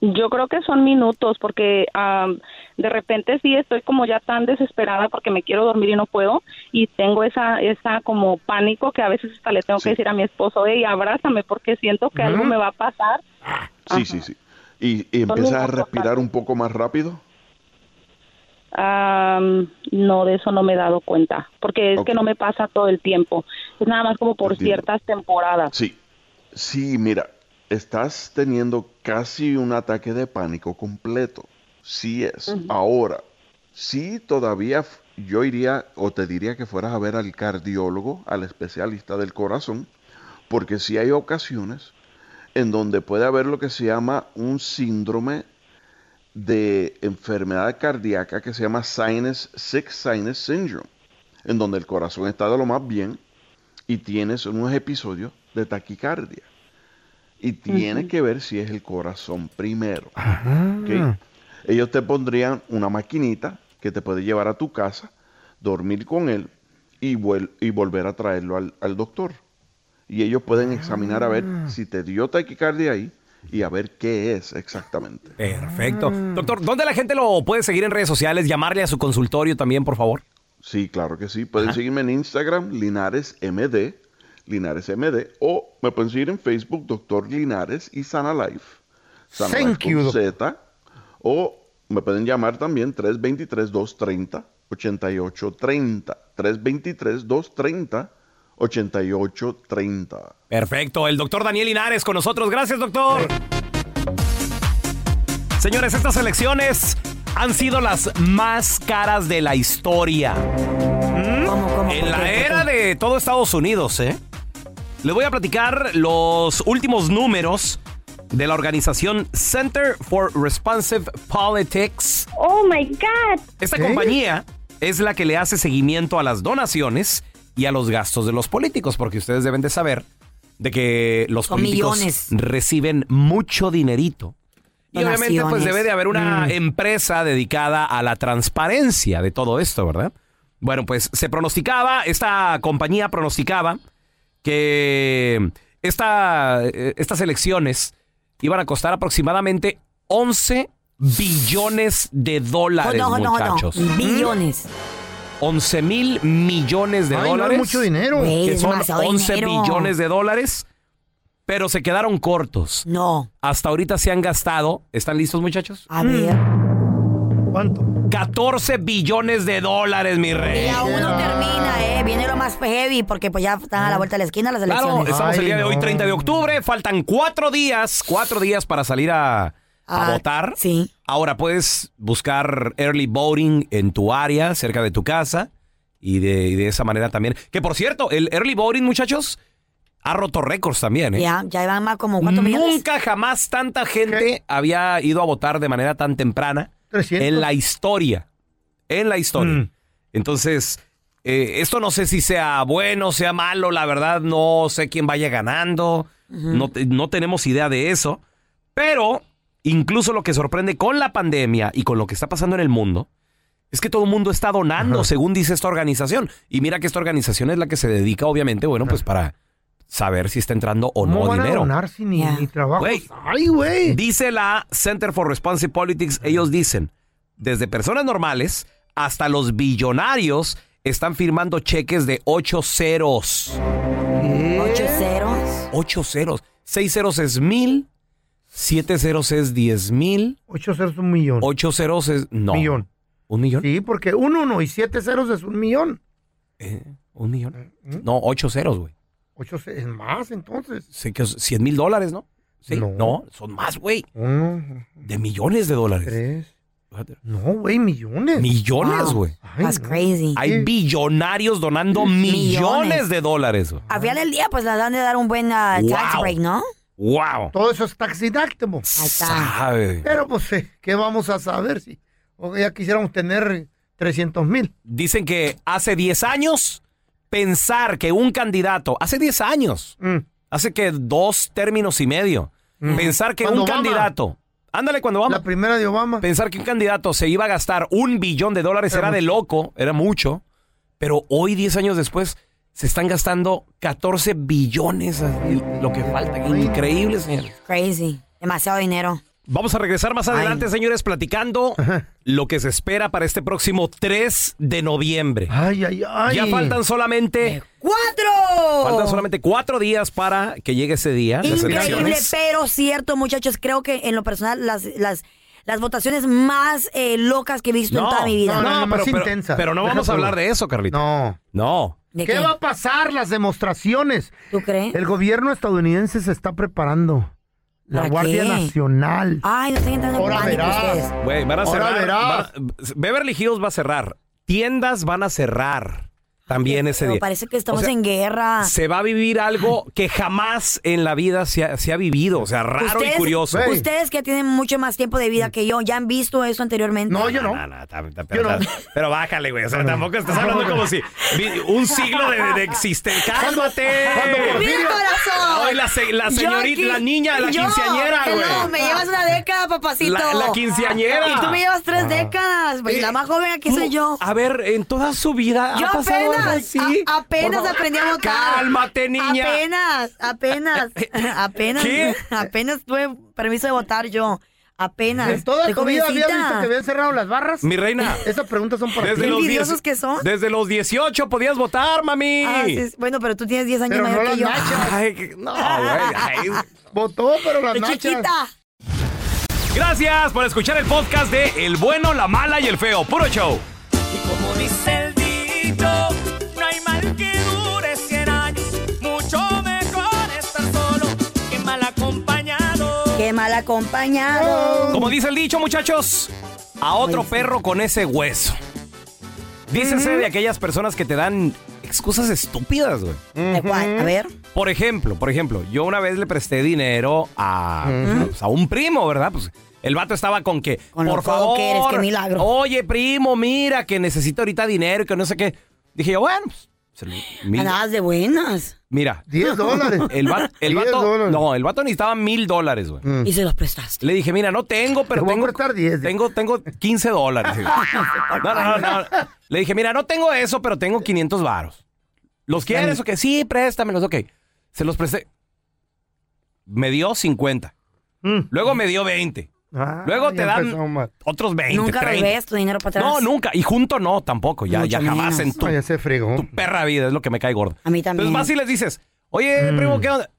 Speaker 20: Yo creo que son minutos porque am, de repente sí estoy como ya tan desesperada porque me quiero dormir y no puedo y tengo esa esa como pánico que a veces hasta le tengo que decir a mi esposo, hey, abrázame porque siento que algo me va a pasar.
Speaker 19: Sí, sí, sí. ¿Y, y
Speaker 20: Son
Speaker 19: empiezas a
Speaker 20: minutos,
Speaker 19: respirar un poco más rápido?
Speaker 20: Am, no, de eso no me he dado cuenta porque es
Speaker 19: Ok.
Speaker 20: que no me pasa todo el tiempo. Es nada más como por
Speaker 19: Entiendo.
Speaker 20: ciertas temporadas.
Speaker 19: Sí, sí, mira, estás teniendo casi un ataque de pánico completo. Sí es.
Speaker 22: Ujú.
Speaker 19: Ahora, sí todavía f- yo iría o te diría que fueras a ver al cardiólogo, al especialista del corazón, porque sí hay ocasiones en donde puede haber lo que se llama un síndrome de enfermedad cardíaca que se llama sinus, sick sinus syndrome, en donde el corazón está de lo más bien y tienes unos episodios de taquicardia. Y tienes
Speaker 22: Ujú.
Speaker 19: que ver si es el corazón primero. ¿ok? Ellos te pondrían una maquinita que te puede llevar a tu casa, dormir con él y, vuel- y volver a traerlo al, al doctor. Y ellos pueden examinar a ver si te dio taquicardia ahí y a ver qué es exactamente.
Speaker 1: Perfecto.
Speaker 4: Mm.
Speaker 1: Doctor, ¿dónde la gente lo puede seguir en redes sociales? Llamarle a su consultorio también, por favor.
Speaker 19: Sí, claro que sí. Pueden seguirme en Instagram, LinaresMD, LinaresMD, o me pueden seguir en Facebook, Doctor Linares y Sana Life. Sana
Speaker 3: Thank
Speaker 19: Life
Speaker 3: you,
Speaker 19: con
Speaker 3: doc-
Speaker 19: Z. O me pueden llamar también 323-230-8830. 323-230-8830.
Speaker 1: Perfecto. El doctor Daniel Linares con nosotros. Gracias, doctor. Señores, estas elecciones han sido las más caras de la historia. ¿Mm? en la era de todo Estados Unidos, ¿eh? Les voy a platicar los últimos números de la organización Center for Responsive Politics.
Speaker 14: Oh my God.
Speaker 1: Esta compañía es la que le hace seguimiento a las donaciones y a los gastos de los políticos, porque ustedes deben de saber de que los
Speaker 12: Son
Speaker 1: políticos
Speaker 12: millones.
Speaker 1: reciben mucho dinerito. Y obviamente pues
Speaker 12: Donaciones.
Speaker 1: debe de haber una
Speaker 12: Mm.
Speaker 1: empresa dedicada a la transparencia de todo esto, ¿verdad? Bueno, pues se pronosticaba, esta compañía pronosticaba que esta, eh, estas elecciones iban a costar aproximadamente 11 billones de dólares,
Speaker 4: no, no,
Speaker 1: muchachos.
Speaker 4: no. Billones.
Speaker 1: 11 mil millones de
Speaker 3: Ay, no, es
Speaker 1: dólares.
Speaker 3: mucho dinero. Güey,
Speaker 1: Que
Speaker 3: es
Speaker 1: son
Speaker 3: demasiado
Speaker 1: 11
Speaker 3: dinero.
Speaker 1: billones de dólares. Pero se quedaron cortos.
Speaker 4: No.
Speaker 1: Hasta ahorita se han gastado. ¿Están listos, muchachos?
Speaker 4: A ver.
Speaker 1: ¿Cuánto? 14 billones de dólares, mi rey.
Speaker 4: Termina, eh. Viene lo más heavy porque pues ya están a la vuelta de la esquina las elecciones.
Speaker 1: Claro, estamos el día de hoy, 30 de octubre. Faltan cuatro días, cuatro días para salir a, a
Speaker 4: Ah,
Speaker 1: votar.
Speaker 4: Sí.
Speaker 1: Ahora puedes buscar early voting en tu área, cerca de tu casa. Y de, y de esa manera también. Que por cierto, el early voting, muchachos, ha roto récords también. ¿eh?
Speaker 4: Ya, ya van más como cuántos millones.
Speaker 1: Nunca jamás tanta gente había ido a votar de manera tan temprana en la historia. En la historia. Entonces, eh, esto no sé si sea bueno, sea malo, la verdad no sé quién vaya ganando, no, te- no tenemos idea de eso, pero incluso lo que sorprende con la pandemia y con lo que está pasando en el mundo es que todo el mundo está donando, según dice esta organización. Y mira que esta organización es la que se dedica, obviamente, bueno, pues para saber si está entrando o
Speaker 3: ¿Cómo
Speaker 1: no
Speaker 3: van a
Speaker 1: dinero.
Speaker 3: donar si ni, ni trabajo?
Speaker 1: Ay, güey. Dice la Center for Responsive Politics, ellos dicen, desde personas normales hasta los billonarios están firmando cheques de ocho ceros.
Speaker 4: ¿Ocho ceros?
Speaker 1: Ocho ceros. Seis ceros es mil, siete ceros es diez mil.
Speaker 3: Ocho ceros un millón.
Speaker 1: Ocho ceros es... No.
Speaker 3: Millón.
Speaker 1: ¿Un millón?
Speaker 3: Sí, porque un uno y siete ceros es un millón.
Speaker 1: Eh,
Speaker 3: Mm,
Speaker 1: ¿Un millón? No, ocho ceros, güey.
Speaker 3: Ocho ce- es más entonces.
Speaker 1: Sí, que es 100 mil dólares, ¿no? Sí. No. son más, güey. De millones de dólares.
Speaker 3: Mm. No, güey, millones.
Speaker 1: Millones, güey.
Speaker 4: That's crazy.
Speaker 1: Hay billonarios donando millones,
Speaker 4: Millones.
Speaker 1: de dólares. güey.
Speaker 4: Al final del día, pues las dan de dar un buen ah, tax
Speaker 1: Wow.
Speaker 4: break, ¿no?
Speaker 1: ¡Wow!
Speaker 3: Todo eso es taxidáctimo.
Speaker 1: Sabe.
Speaker 3: Pero pues, eh, ¿qué vamos a saber si o ya quisiéramos tener 300 mil?
Speaker 1: Dicen que hace 10 años pensar que un candidato, hace 10 años,
Speaker 3: Mm.
Speaker 1: hace que dos términos y medio, pensar que
Speaker 3: Cuando
Speaker 1: un
Speaker 3: Obama.
Speaker 1: candidato, ándale cuando Obama. La
Speaker 3: primera de Obama.
Speaker 1: Pensar que un candidato se iba a gastar un billón de dólares era, de loco, era mucho, pero hoy 10 años después se están gastando 14 billones, así, lo que falta, increíble, señores.
Speaker 4: Crazy. Demasiado dinero.
Speaker 1: Vamos a regresar más adelante, señores, platicando lo que se espera para este próximo 3 de noviembre.
Speaker 3: Ay, ay, ay.
Speaker 1: Ya faltan solamente,
Speaker 4: ¡Cuatro!
Speaker 1: faltan solamente cuatro días para que llegue ese día. las
Speaker 4: Increíble,
Speaker 1: elecciones.
Speaker 4: pero cierto, muchachos. Creo que en lo personal, las, las, las votaciones más eh, locas que he visto en toda mi vida.
Speaker 1: no, pero, pero- pero no vamos a hablar de eso, Carlita.
Speaker 3: No.
Speaker 1: No.
Speaker 3: ¿Qué, va a pasar? Las demostraciones.
Speaker 4: ¿Tú crees?
Speaker 3: El gobierno estadounidense se está preparando. La
Speaker 1: ¿Para
Speaker 3: Guardia
Speaker 1: qué? Ah,
Speaker 3: Nacional.
Speaker 4: Ay, no estoy entrando en
Speaker 3: Ahora
Speaker 4: pánico
Speaker 3: verás.
Speaker 4: ustedes.
Speaker 1: Güey, van a
Speaker 3: Ahora
Speaker 1: cerrar.
Speaker 3: verás.
Speaker 1: van a- Beverly Hills va a cerrar. Tiendas van a cerrar también ese
Speaker 4: Pero
Speaker 1: día.
Speaker 4: parece que estamos
Speaker 1: O sea,
Speaker 4: en guerra.
Speaker 1: Se va a vivir algo que jamás en la vida se ha, se ha vivido. O sea, raro y curioso. Mm.
Speaker 4: Ustedes que tienen mucho más tiempo de vida que yo, ¿ya han visto eso anteriormente? No,
Speaker 3: yo
Speaker 1: no. Ah, Pero, pero bájale, güey. O sea, tampoco estás hablando como si vi- un siglo de, de existencia. ¡Cálmate!
Speaker 4: ¡Mi corazón!
Speaker 1: Ay, la, se- la
Speaker 4: Yo
Speaker 1: señorita,
Speaker 4: aquí-
Speaker 1: la niña, la
Speaker 4: yo,
Speaker 1: quinceañera,
Speaker 4: hello,
Speaker 1: güey.
Speaker 4: me llevas una década, papacito.
Speaker 1: La- la quinceañera.
Speaker 4: Y tú me llevas tres
Speaker 1: Ah.
Speaker 4: décadas. Pues
Speaker 1: Eh,
Speaker 4: la más joven aquí soy yo.
Speaker 1: A ver, en toda su vida
Speaker 4: Yo
Speaker 1: ha pasado algo
Speaker 4: apenas,
Speaker 1: así.
Speaker 4: a- apenas
Speaker 1: Por favor.
Speaker 4: aprendí a votar.
Speaker 1: Cálmate, niña. Eh,
Speaker 4: Apenas, apenas, apenas,
Speaker 1: ¿Qué?
Speaker 4: apenas tuve permiso de votar yo. Apenas.
Speaker 3: ¿En toda
Speaker 4: Estoy
Speaker 3: tu vida había
Speaker 4: jovencita.
Speaker 3: visto que habían cerrado las barras?
Speaker 1: Mi reina.
Speaker 3: Esas preguntas son para
Speaker 1: Desde
Speaker 3: ti.
Speaker 1: los diez- Desde los 18 podías votar, mami.
Speaker 4: Ah, sí, sí. bueno, pero tú tienes 10 años
Speaker 3: Pero
Speaker 4: mayor
Speaker 3: no
Speaker 4: que yo.
Speaker 3: las nachas.
Speaker 1: Ay, que- no, güey. ay.
Speaker 3: Votó, pero las
Speaker 4: Estoy
Speaker 3: nachas.
Speaker 4: chiquita.
Speaker 1: Gracias por escuchar el podcast de El Bueno, la Mala y el Feo. Puro show.
Speaker 8: Como dice el dicho, no hay mal que dure 100 años. Mucho mejor estar solo que mal acompañado.
Speaker 4: Qué mal acompañado.
Speaker 1: Como dice el dicho, muchachos, a otro perro con ese hueso. Dícese de aquellas personas que te dan excusas estúpidas, güey.
Speaker 4: ¿De cuál? A ver.
Speaker 1: Por ejemplo, por ejemplo, yo una vez le presté dinero a,
Speaker 4: Ujú.
Speaker 1: pues, a un primo, ¿verdad? Pues el vato estaba con que,
Speaker 4: lo
Speaker 1: por
Speaker 4: codo
Speaker 1: favor,
Speaker 4: que eres, qué milagro".
Speaker 1: oye, primo, mira que necesito ahorita dinero y que no sé qué. Dije yo, bueno, pues, se lo- mil-
Speaker 4: Andabas de buenas.
Speaker 1: mira.
Speaker 3: 10 dólares.
Speaker 1: El, va- el
Speaker 3: 10
Speaker 1: vato,
Speaker 3: dólares. Mm.
Speaker 1: no, el vato necesitaba mil dólares, güey.
Speaker 4: Y se los prestaste.
Speaker 1: Le dije, mira, no tengo, pero tengo. Tengo, tengo 15 dólares. No, no, no, no. Le dije, mira, no tengo eso, pero tengo 500 varos. ¿Los quieres o qué? Sí, préstamelos, ok. Se los presté. Me dio 50. Luego me dio 20.
Speaker 3: Mm. Ah,
Speaker 1: Luego te
Speaker 3: ya
Speaker 1: dan
Speaker 3: empezó mal.
Speaker 1: otros 20.
Speaker 4: Nunca
Speaker 1: 30.
Speaker 4: regresas tu dinero para atrás.
Speaker 1: No, nunca. Y junto no, tampoco. Ya, ya jamás en tu,
Speaker 3: Ay, ese Ah, fregó.
Speaker 1: tu perra vida es lo que me cae gordo.
Speaker 4: A mí también.
Speaker 1: Entonces vas y les dices,
Speaker 3: Mm.
Speaker 1: oye, primo, ¿qué onda?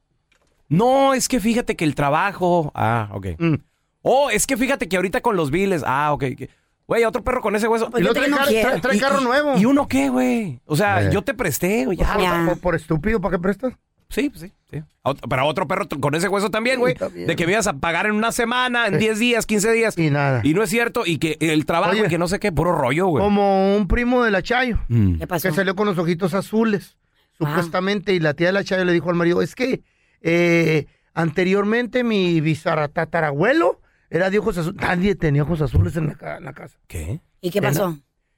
Speaker 1: No, es que fíjate que el trabajo. Ah, ok.
Speaker 3: Mm.
Speaker 1: Oh, es que fíjate que ahorita con los biles. Ah, ok. que- Güey, otro perro con ese hueso.
Speaker 3: Y luego trae, car- trae- trae carro nuevo. Eh.
Speaker 1: ¿Y uno qué, güey? O sea, Ah, yo te presté, güey. ya.
Speaker 3: Por, por- por estúpido, ¿para qué prestas?
Speaker 1: Sí, sí. sí. A ot- Pero a otro perro t- con ese hueso también, güey. De que me ibas a pagar en una semana, en 10 días, 15 días.
Speaker 3: Y nada.
Speaker 1: Y no es cierto. Y que el trabajo
Speaker 3: Oye.
Speaker 1: y que no sé qué, puro rollo, güey.
Speaker 3: Como un primo de la Chayo.
Speaker 1: Mm.
Speaker 4: ¿Qué pasó? Ah.
Speaker 3: Que salió con los ojitos azules, supuestamente. Y la tía de la Chayo le dijo al marido, es que eh, anteriormente mi tatarabuelo era de ojos azules. Nadie tenía ojos azules en la, ca- en la casa.
Speaker 1: ¿Qué?
Speaker 4: ¿Y qué pasó?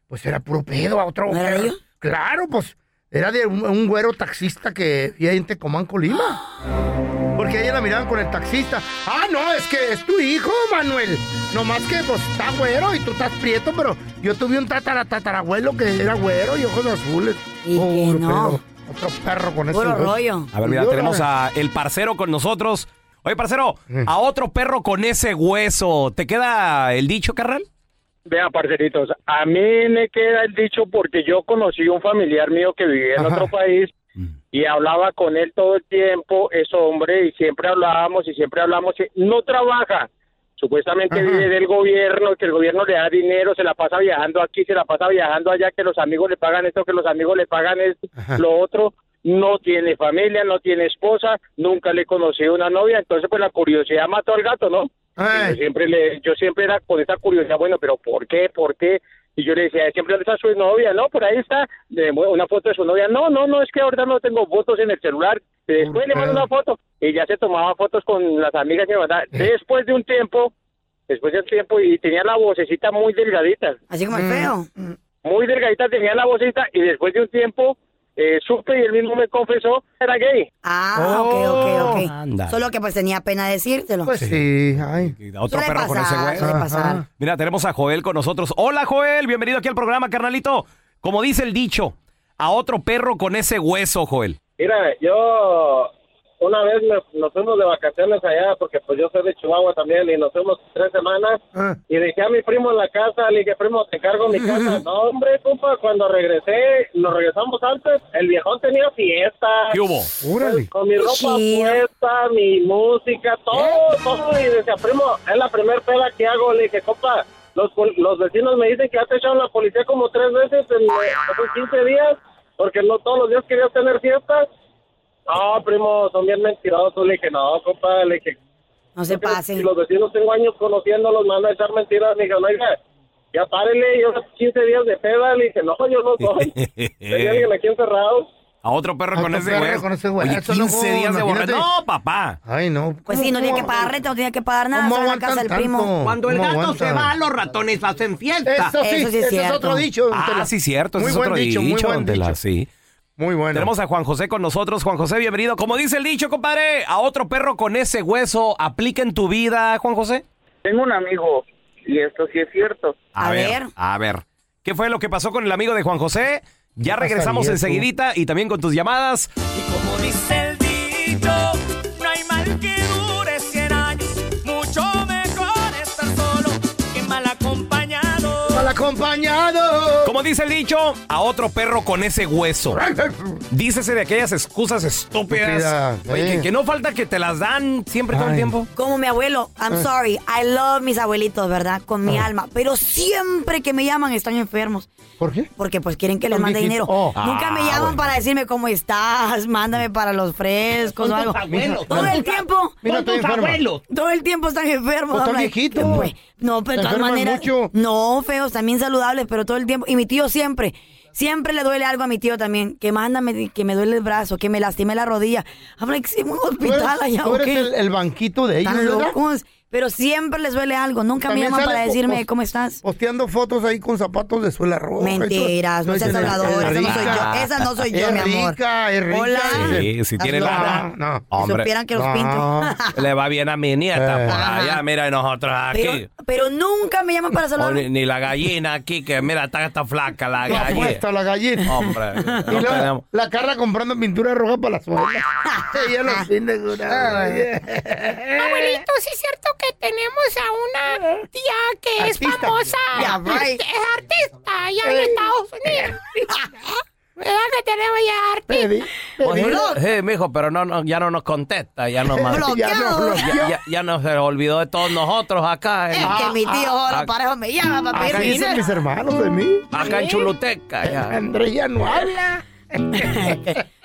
Speaker 3: Pues era puro pedo a otro.
Speaker 4: ¿No era de ellos?
Speaker 3: Claro, pues. Era de un, un güero taxista que vivía en Tecomán, Colima. Porque a ella la miraban con el taxista. Ah, no, es que es tu hijo, Manuel. Nomás que pues está güero y tú estás prieto, pero yo tuve un tatara, tatarabuelo que era güero y ojos azules. Y
Speaker 4: no.
Speaker 3: otro perro con ese
Speaker 4: Puro
Speaker 3: hueso.
Speaker 4: rollo.
Speaker 1: A ver, mira,
Speaker 3: Yo-
Speaker 1: tenemos a el parcero con nosotros. Oye, parcero, a otro perro con ese hueso. ¿Te queda el dicho, carnal?
Speaker 22: Vea, parceritos, a mí me queda el dicho porque yo conocí un familiar mío que vivía en otro país y hablaba con él todo el tiempo, es hombre, y siempre hablábamos y siempre hablamos. y No trabaja, supuestamente vive del gobierno, que el gobierno le da dinero, se la pasa viajando aquí, se la pasa viajando allá, que los amigos le pagan esto, que los amigos le pagan esto, lo otro, no tiene familia, no tiene esposa, nunca le conocí una novia, entonces pues la curiosidad mató al gato, ¿no? Yo siempre le, yo siempre era con esa curiosidad, bueno, pero ¿por qué? ¿Por qué? Y yo le decía, siempre está su novia, no, por ahí está, le muevo una foto de su novia, no, no, no, es que ahorita no tengo fotos en el celular, después le mando una foto, y ya se tomaba fotos con las amigas que me mandaba, después de un tiempo, después de un tiempo, y tenía la vocecita muy delgadita.
Speaker 4: Así como el
Speaker 3: Mm.
Speaker 4: feo.
Speaker 22: Muy delgadita tenía la vocecita, y después de un tiempo, eh, supe y él mismo me confesó, era gay.
Speaker 4: Ah, ok, ok, ok.
Speaker 1: Oh, Ándale.
Speaker 4: Solo que pues tenía pena decírtelo.
Speaker 3: Pues sí, ay.
Speaker 1: Otro
Speaker 4: Suele
Speaker 1: perro con ese
Speaker 4: pasar,
Speaker 1: güey.
Speaker 4: suele pasar.
Speaker 1: Ajá. Ah. Mira, tenemos a Joel con nosotros. Hola, Joel. Bienvenido aquí al programa, carnalito. Como dice el dicho, a otro perro con ese hueso, Joel.
Speaker 23: Mira, yo una vez me- nos fuimos de vacaciones allá, porque pues yo soy de Chihuahua también, y nos fuimos tres semanas, y dejé a mi primo en la casa, le dije, primo, te cargo mi casa. No, hombre, compa, cuando regresé, nos regresamos antes, el viejón tenía fiesta.
Speaker 8: ¿Qué hubo?
Speaker 23: Órale. Con mi ropa puesta, mi música, todo, todo, y decía, primo, es la primer peda que hago, le dije, compa, los, pol- los vecinos me dicen que has echado la policía como tres veces en esos 15 días, porque no todos los días querías tener fiestas. No, primo, son bien mentirosos. Le dije, no, compa, le dije.
Speaker 4: No se
Speaker 23: pasen. Si los vecinos tengo años conociéndolos, me van a echar mentiras. Le dije, no, oiga, ya párele, yo 15 días de peda. Le dije, no, yo no soy. Tenía alguien aquí encerrado.
Speaker 1: A otro perro
Speaker 23: A
Speaker 1: con
Speaker 23: otro
Speaker 1: ese
Speaker 23: perro
Speaker 1: hueso.
Speaker 23: con ese
Speaker 1: Oye,
Speaker 23: hueso,
Speaker 1: 15
Speaker 23: loco,
Speaker 1: días de borracho.
Speaker 23: imagínate.
Speaker 1: No, papá.
Speaker 3: Ay, no.
Speaker 4: Pues sí, no tiene que pagar renta, no tiene que pagar nada,
Speaker 3: ¿Cómo
Speaker 4: solo la
Speaker 3: aguantan
Speaker 4: casa del
Speaker 3: tanto?
Speaker 4: primo.
Speaker 12: Cuando el
Speaker 3: ¿Cómo
Speaker 12: gato
Speaker 3: aguanta?
Speaker 12: se va, los ratones hacen fiesta.
Speaker 3: Eso sí, Eso sí es eso es cierto. otro dicho, don
Speaker 1: Ah,
Speaker 3: Tela.
Speaker 1: sí, cierto. ese
Speaker 3: Muy
Speaker 1: es
Speaker 3: buen
Speaker 1: otro
Speaker 3: dicho, muy buen
Speaker 1: don Tela,
Speaker 3: dicho.
Speaker 1: sí.
Speaker 3: Muy bueno.
Speaker 1: Tenemos a Juan José con nosotros. Juan José, bienvenido. Como dice el dicho, compadre, a otro perro con ese hueso, aplica en tu vida, Juan José.
Speaker 5: Tengo un amigo, y esto sí es cierto.
Speaker 1: A, ver, A ver. ¿Qué fue lo que pasó con el amigo de Juan José? Ya
Speaker 5: pasaría
Speaker 1: regresamos
Speaker 5: tú?
Speaker 1: enseguidita y también con tus llamadas.
Speaker 8: Como dice el dicho, no hay mal que dure 100 años. Mucho mejor estar solo que mal acompañado.
Speaker 3: Mal acompañado.
Speaker 1: Como dice el dicho, a otro perro con ese hueso. Dícese de aquellas excusas estúpidas.
Speaker 3: Estúpida,
Speaker 1: Oye,
Speaker 3: eh.
Speaker 1: que, que no falta que te las dan siempre todo el tiempo.
Speaker 4: Como mi abuelo, I'm
Speaker 3: Eh.
Speaker 1: Ah.
Speaker 4: sorry, I love mis abuelitos, ¿verdad? Con
Speaker 3: Ah.
Speaker 4: mi alma. Pero siempre que me llaman están enfermos.
Speaker 3: ¿Por qué?
Speaker 4: Porque pues quieren que les
Speaker 3: Son
Speaker 4: mande
Speaker 3: viejitos.
Speaker 4: dinero.
Speaker 3: Oh.
Speaker 4: Nunca me
Speaker 3: Ah,
Speaker 4: llaman
Speaker 3: bueno.
Speaker 4: para decirme cómo estás, mándame para los frescos o
Speaker 3: Son
Speaker 4: algo.
Speaker 3: tus abuelos.
Speaker 4: Todo
Speaker 3: Mira,
Speaker 4: el tiempo.
Speaker 3: mira, Son estoy tus enferma. abuelos.
Speaker 4: Todo el tiempo están enfermos.
Speaker 3: Pues, están
Speaker 4: I'm like,
Speaker 3: viejitos.
Speaker 4: ¿qué fue? No, pero de
Speaker 3: Se
Speaker 4: todas
Speaker 3: enferman
Speaker 4: maneras.
Speaker 3: mucho.
Speaker 4: No, feos, también saludables, pero todo el tiempo. Y mi tío siempre. Siempre le duele algo a mi tío también. Que mándame, que me duele el brazo, que me lastime la rodilla. I'm like, sí, un
Speaker 3: Tú eres,
Speaker 4: hospital allá,
Speaker 3: tú
Speaker 4: ¿o
Speaker 3: eres
Speaker 4: qué?
Speaker 3: el, el banquito de ellos,
Speaker 4: Están
Speaker 3: ¿verdad?
Speaker 4: locos. Pero siempre les duele algo. Nunca me
Speaker 3: También
Speaker 4: llaman
Speaker 3: sale
Speaker 4: para
Speaker 3: po-
Speaker 4: decirme
Speaker 3: pos-
Speaker 4: cómo estás.
Speaker 3: Posteando fotos ahí con zapatos de suela roja. y todo.
Speaker 4: Mentiras, no seas
Speaker 3: es-
Speaker 4: hablador,
Speaker 3: es
Speaker 4: esa no soy
Speaker 3: rica.
Speaker 4: yo, esa no soy yo,
Speaker 3: Es
Speaker 4: mi amor.
Speaker 3: rica, es rica.
Speaker 4: Hola.
Speaker 1: Sí, si
Speaker 3: Estás
Speaker 1: tiene
Speaker 3: loca.
Speaker 1: lana.
Speaker 3: No, no.
Speaker 1: Hombre.
Speaker 4: Si supieran que los pinto.
Speaker 1: Le va bien a mi nieta
Speaker 4: Eh.
Speaker 1: por allá, mira, y nosotros aquí.
Speaker 4: Pero, pero nunca me llaman para
Speaker 1: O ni,
Speaker 4: saludar.
Speaker 1: ni la gallina aquí, que mira, está, está flaca
Speaker 3: No,
Speaker 1: la
Speaker 3: pues,
Speaker 1: gallina.
Speaker 3: puesta la gallina.
Speaker 1: Hombre, no
Speaker 3: Y luego,
Speaker 1: tenemos.
Speaker 3: la Carla comprando pintura roja para la suela. Ah, Ella los tiene curados.
Speaker 18: Abuelito, sí es cierto que tenemos a una tía que es
Speaker 3: Artista.
Speaker 18: famosa.
Speaker 3: Ya, bye.
Speaker 18: Es artista allá en Estados Unidos. ¿Verdad que tenemos ya artista?
Speaker 1: Oye, sí, mijo, pero no, no, ya no nos contesta, ya no más.
Speaker 18: Bloqueado.
Speaker 1: Ya, no- ya- ya- ya nos se olvidó de todos nosotros acá.
Speaker 4: Es
Speaker 1: en-
Speaker 4: que mi tío
Speaker 1: ah,
Speaker 4: Jolo
Speaker 1: ah,
Speaker 4: Parejo me llama para
Speaker 1: acá
Speaker 4: pedirme
Speaker 1: dicen
Speaker 4: dinero.
Speaker 3: Mis hermanos de mí.
Speaker 1: Acá en Chuluteca, ya.
Speaker 3: Andrés ya no habla.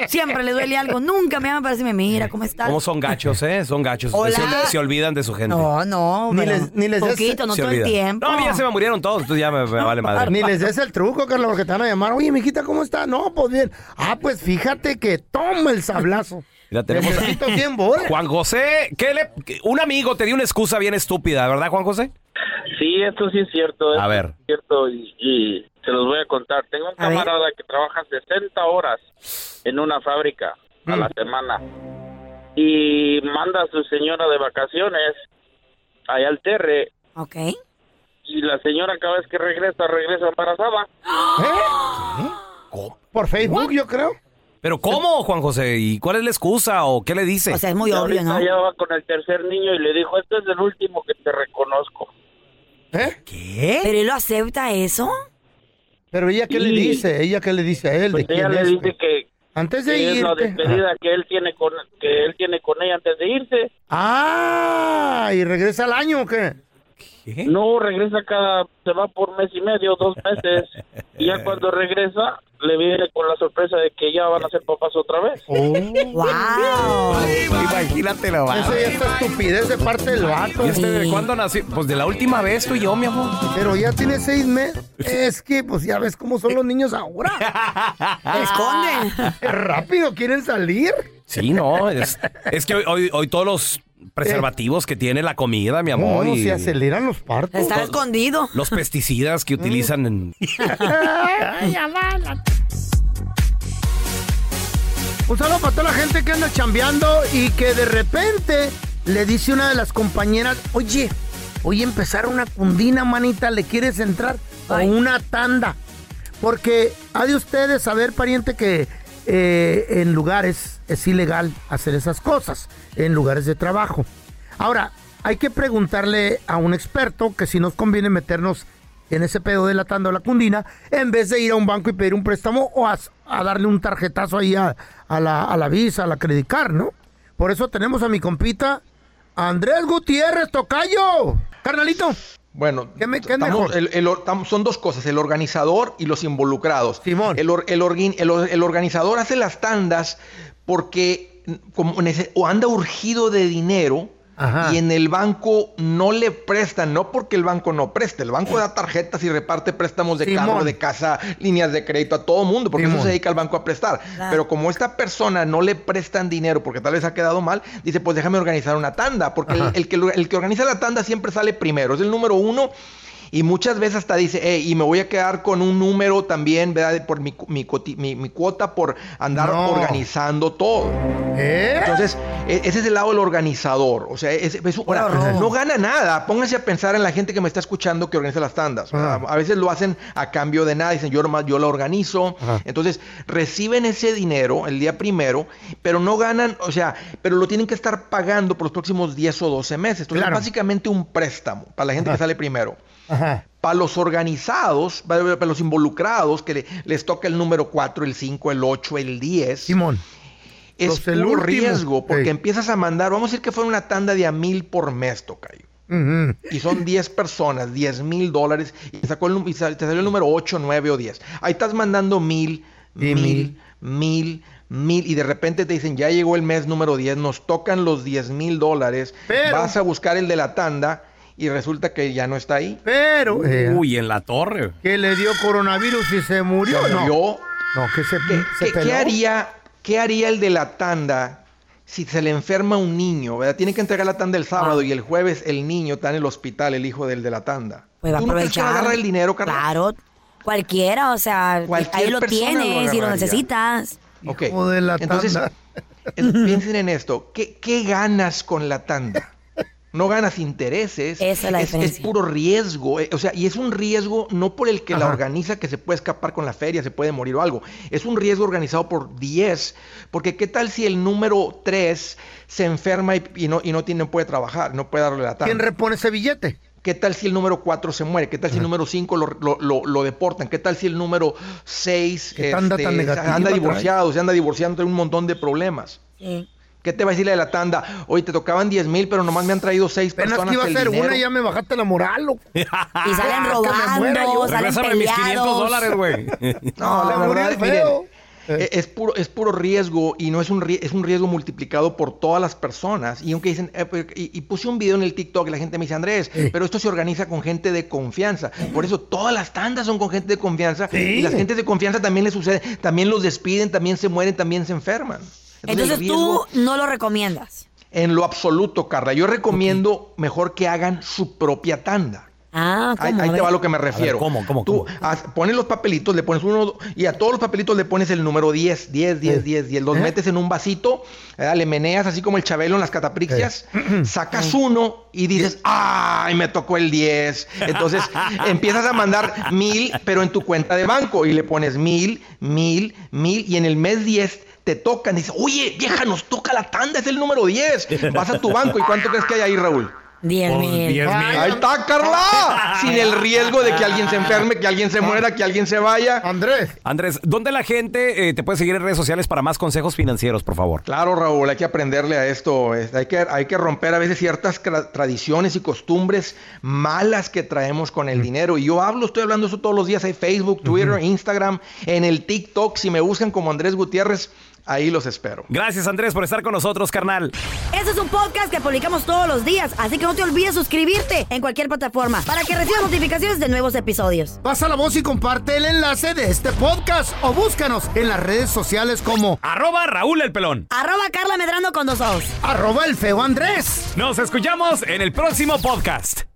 Speaker 4: Siempre le duele algo. Nunca me llaman para decirme, mira, ¿cómo estás?
Speaker 1: ¿Cómo son gachos, eh? Son gachos.
Speaker 4: Hola.
Speaker 1: Se, se olvidan de su gente.
Speaker 4: No, no,
Speaker 3: Ni
Speaker 4: pero
Speaker 3: les- ni les des-
Speaker 4: poquito, no
Speaker 1: Se
Speaker 4: todo el
Speaker 1: olvidan.
Speaker 4: tiempo.
Speaker 1: No, a mí ya se me murieron todos, entonces ya me, me vale madre.
Speaker 3: Ni les des el truco, Carla, porque te van a llamar. Oye, mijita, ¿cómo está? No, pues bien. Ah, pues fíjate que toma el sablazo.
Speaker 1: Mira, tenemos a-
Speaker 3: Necesito 100 bolas.
Speaker 1: Juan José, ¿qué le... un amigo te dio una excusa bien estúpida, ¿verdad, Juan José?
Speaker 5: Sí, esto sí es cierto.
Speaker 1: A
Speaker 5: esto
Speaker 1: ver.
Speaker 5: sí Es cierto y, y se los voy a contar. Tengo un
Speaker 1: A ver.
Speaker 5: camarada que trabaja 60 horas en una fábrica a la semana y manda a su señora de vacaciones allá al Terre
Speaker 4: Ok.
Speaker 5: y la señora cada vez que regresa, regresa embarazada.
Speaker 3: Por Facebook, yo creo.
Speaker 1: ¿Pero cómo, Juan José? ¿Y cuál es la excusa o qué le dice? O sea,
Speaker 4: es
Speaker 5: Y ahorita Ya va con el tercer niño y le dijo, este es el último que te reconozco.
Speaker 4: ¿Qué? ¿Pero él lo acepta eso?
Speaker 3: Pero ella, ¿qué le
Speaker 5: Sí. Pues
Speaker 3: dice? ¿Ella qué le dice a él? ¿De
Speaker 5: Ella
Speaker 3: quién
Speaker 5: le
Speaker 3: es?
Speaker 1: pues.
Speaker 5: dice que,
Speaker 3: Antes de
Speaker 5: que es la
Speaker 3: irte.
Speaker 5: despedida que él tiene con que él tiene con ella antes de irse.
Speaker 3: Ah, ¿y regresa al año o qué?
Speaker 5: No, regresa cada, se va por mes y medio, dos meses. y ya cuando regresa, le viene con la sorpresa de que ya van a ser papás otra vez.
Speaker 4: ¡Wow!
Speaker 1: Imagínatelo, va.
Speaker 3: Esa ya está estupidez de parte del vato.
Speaker 1: ¿Y este de cuándo nació? Pues de la última vez tú y yo, mi amor.
Speaker 3: Pero ya tiene seis meses. Es que, pues ya ves cómo son los niños ahora.
Speaker 4: Esconden.
Speaker 3: Rápido, quieren salir.
Speaker 1: Ah. Sí, no. Es, es que hoy, hoy, hoy todos los preservativos que tiene la comida, mi
Speaker 3: No,
Speaker 1: amor.
Speaker 3: no
Speaker 1: y
Speaker 3: se aceleran los
Speaker 24: Uh,
Speaker 3: partos.
Speaker 4: Está
Speaker 24: pues,
Speaker 4: escondido.
Speaker 1: Los pesticidas que utilizan en...
Speaker 3: Mm.
Speaker 18: Ay, amá, la-
Speaker 3: Un saludo para toda la gente que anda chambeando y que de repente le dice una de las compañeras, oye, hoy empezaron una cundina, manita, ¿le quieres entrar? O una tanda. Porque ha de ustedes saber, pariente, que eh, en lugares es ilegal hacer esas cosas, en lugares de trabajo. Ahora, hay que preguntarle a un experto que si nos conviene meternos en ese pedo de la tanda o la cundina, en vez de ir a un banco y pedir un préstamo o a, a darle un tarjetazo ahí a, a la, a la visa, a la credicar, ¿no? Por eso tenemos a mi compita Andrés Gutiérrez Tocayo. Carnalito.
Speaker 24: Bueno,
Speaker 3: estamos-
Speaker 24: el- el or- tam- son dos cosas, el organizador y los involucrados. El, or- el orgin- el or- el organizador hace las tandas porque como nece- o anda urgido de dinero y en el banco no le prestan, no porque el banco no preste, el banco da tarjetas y reparte préstamos de carro,
Speaker 2: Simón.
Speaker 24: de casa, líneas de crédito a todo mundo, porque eso se dedica al banco a prestar.
Speaker 2: Claro.
Speaker 24: Pero como esta persona no le prestan dinero porque tal vez ha quedado mal, dice, pues déjame organizar una tanda, porque el,
Speaker 2: Ajá.
Speaker 24: el que, lo- el que organiza la tanda siempre sale primero, es el número uno. Y muchas veces hasta dice, "Ey, y me voy a quedar con un número también, ¿verdad? de- Por mi, cu- mi coti- mi- mi cuota por andar
Speaker 2: No. ¿Eh?
Speaker 24: organizando todo. Entonces, e- ese es el lado del organizador. O sea, es- es- ahora, no gana nada. Pónganse a pensar en la gente que me está escuchando que organiza las tandas. O sea, A veces lo hacen a cambio de nada. Dicen, yo, nomás- yo la organizo. Entonces, reciben ese dinero el día primero, pero no ganan, o sea, pero lo tienen que estar pagando por los próximos 10 o 12 meses. Entonces,
Speaker 2: Claro.
Speaker 24: básicamente un préstamo para la gente que
Speaker 2: Ajá.
Speaker 24: sale primero.
Speaker 3: Ajá.
Speaker 24: Para los organizados, para para los involucrados, que le- les toca el número 4, el 5, el 8, el 10.
Speaker 3: Simón.
Speaker 24: Es
Speaker 3: Los del
Speaker 24: puro
Speaker 3: último.
Speaker 24: riesgo, porque
Speaker 3: Ey.
Speaker 24: empiezas a mandar, vamos a decir que fuera una tanda de a mil por mes, Tocayo.
Speaker 3: Ujú.
Speaker 24: Y son 10 personas, 10 mil dólares, y, te sacó el num- y sal- te salió el número 8, 9 o 10. Ahí estás mandando mil, mil, mil, mil, y de repente te dicen, ya llegó el mes número 10, nos tocan los 10 mil dólares, vas a buscar el de la tanda, y resulta que ya no está ahí.
Speaker 3: Pero... eh,
Speaker 1: Uy, en la torre.
Speaker 3: que le dio coronavirus y se murió.
Speaker 24: Se
Speaker 3: no.
Speaker 24: murió.
Speaker 3: No, que se, se
Speaker 24: ¿Qué, qué
Speaker 3: peló.
Speaker 24: haría, ¿Qué haría el de la tanda si se le enferma un niño? ¿verdad? Tiene que entregar la
Speaker 3: Ah.
Speaker 24: tanda el sábado y el jueves el niño está en el hospital, el hijo del de la tanda.
Speaker 4: Pues va a
Speaker 24: ¿Tú no crees que va a
Speaker 4: aprovechar.
Speaker 24: agarrar el dinero, Carla?
Speaker 4: Claro. Cualquiera, o sea, ahí
Speaker 24: persona lo
Speaker 4: lo tienes y lo
Speaker 24: agarraría.
Speaker 4: necesitas.
Speaker 24: Ok.
Speaker 3: de la
Speaker 24: Entonces,
Speaker 3: tanda.
Speaker 24: en- piensen en esto. ¿Qué, qué ganas con la tanda? No ganas intereses.
Speaker 4: Esa es la diferencia.
Speaker 24: puro riesgo. eh, O sea, y es un riesgo no por el que la organiza que se puede escapar con la feria, se puede morir o algo. Es un riesgo organizado por 10. Porque qué tal si el número 3 se enferma y, y no, y no tiene, no puede trabajar, no puede darle la tanda.
Speaker 3: ¿Quién repone ese billete?
Speaker 24: ¿Qué tal si el número 4 se muere? ¿Qué tal si el número 5 lo, lo- lo- lo deportan? ¿Qué tal si el número 6
Speaker 3: ¿Qué tanda tan negativa
Speaker 24: anda
Speaker 3: trae?
Speaker 24: divorciado? Se anda divorciando, trae un montón de problemas. ¿Qué te va a decir la de la tanda? Oye, te tocaban 10 mil, pero nomás me han traído 6
Speaker 3: Apenas
Speaker 24: personas.
Speaker 3: que iba a
Speaker 24: el
Speaker 3: ser
Speaker 24: dinero.
Speaker 3: una y ya me bajaste la moral, loco. Ah, y
Speaker 24: salen robando, salen Regrésame mis 500 dólares, güey. No, la
Speaker 3: Ah, murió
Speaker 24: verdad,
Speaker 3: el
Speaker 24: miren,
Speaker 3: feo.
Speaker 24: eh, es puro, es puro riesgo y no es un, rie- es un riesgo multiplicado por todas las personas. Y aunque dicen, eh, pero- y, y puse un video en el TikTok y la gente me dice, Andrés, pero esto se organiza con gente de confianza. Por eso todas las tandas son con gente de confianza.
Speaker 3: Sí.
Speaker 24: Y las gentes de confianza también les sucede, también los despiden, también se mueren, también se enferman. el
Speaker 4: Entonces tú
Speaker 24: riesgo-
Speaker 4: no lo recomiendas.
Speaker 24: En lo absoluto, Carla. Yo recomiendo mejor que hagan su propia tanda.
Speaker 4: Ah,
Speaker 24: Ahí,
Speaker 4: ¿cómo?
Speaker 24: ahí te
Speaker 4: A ver.
Speaker 24: va lo que me refiero. ¿Cómo, cómo, Tú haz- pones los papelitos, le pones uno y a todos los papelitos le pones el número 10, 10, 10, 10, 10. Los metes en un vasito, ¿verdad? le meneas así como el chabelo en las cataprixias, sacas
Speaker 4: Eh.
Speaker 24: uno y dices, ¡ay, me tocó el 10! Entonces empiezas a mandar mil, pero en tu cuenta de banco y le pones mil, mil, mil y en el mes 10 te tocan y dices, oye, vieja, nos toca la tanda, es el número 10. Vas a tu banco y ¿cuánto crees que hay ahí, Raúl?
Speaker 4: Diez mil.
Speaker 24: Ahí está, Carla. Sin el riesgo de que alguien se enferme, que alguien se muera, que alguien se vaya.
Speaker 3: Ah. Andrés.
Speaker 1: Andrés, ¿dónde la gente eh, te puede seguir en redes sociales para más consejos financieros, por favor?
Speaker 24: Claro, Raúl, hay que aprenderle a esto. Es- Hay que, hay que romper a veces ciertas cra- tradiciones y costumbres malas que traemos con el dinero. Y yo hablo, estoy hablando eso todos los días. Hay Facebook, Twitter, Instagram, en el TikTok. Si me buscan como Andrés Gutiérrez, ahí los espero.
Speaker 1: Gracias, Andrés, por estar con nosotros, carnal.
Speaker 4: Este es un podcast que publicamos todos los días, así que no te olvides suscribirte en cualquier plataforma para que recibas notificaciones de nuevos episodios.
Speaker 3: Pasa la voz y comparte el enlace de este podcast o búscanos en las redes sociales como
Speaker 1: Arroba Raúl el pelón.
Speaker 4: Arroba Carla Medrano con dos ojos.
Speaker 3: arroba el feo Andrés.
Speaker 1: Nos escuchamos en el próximo podcast.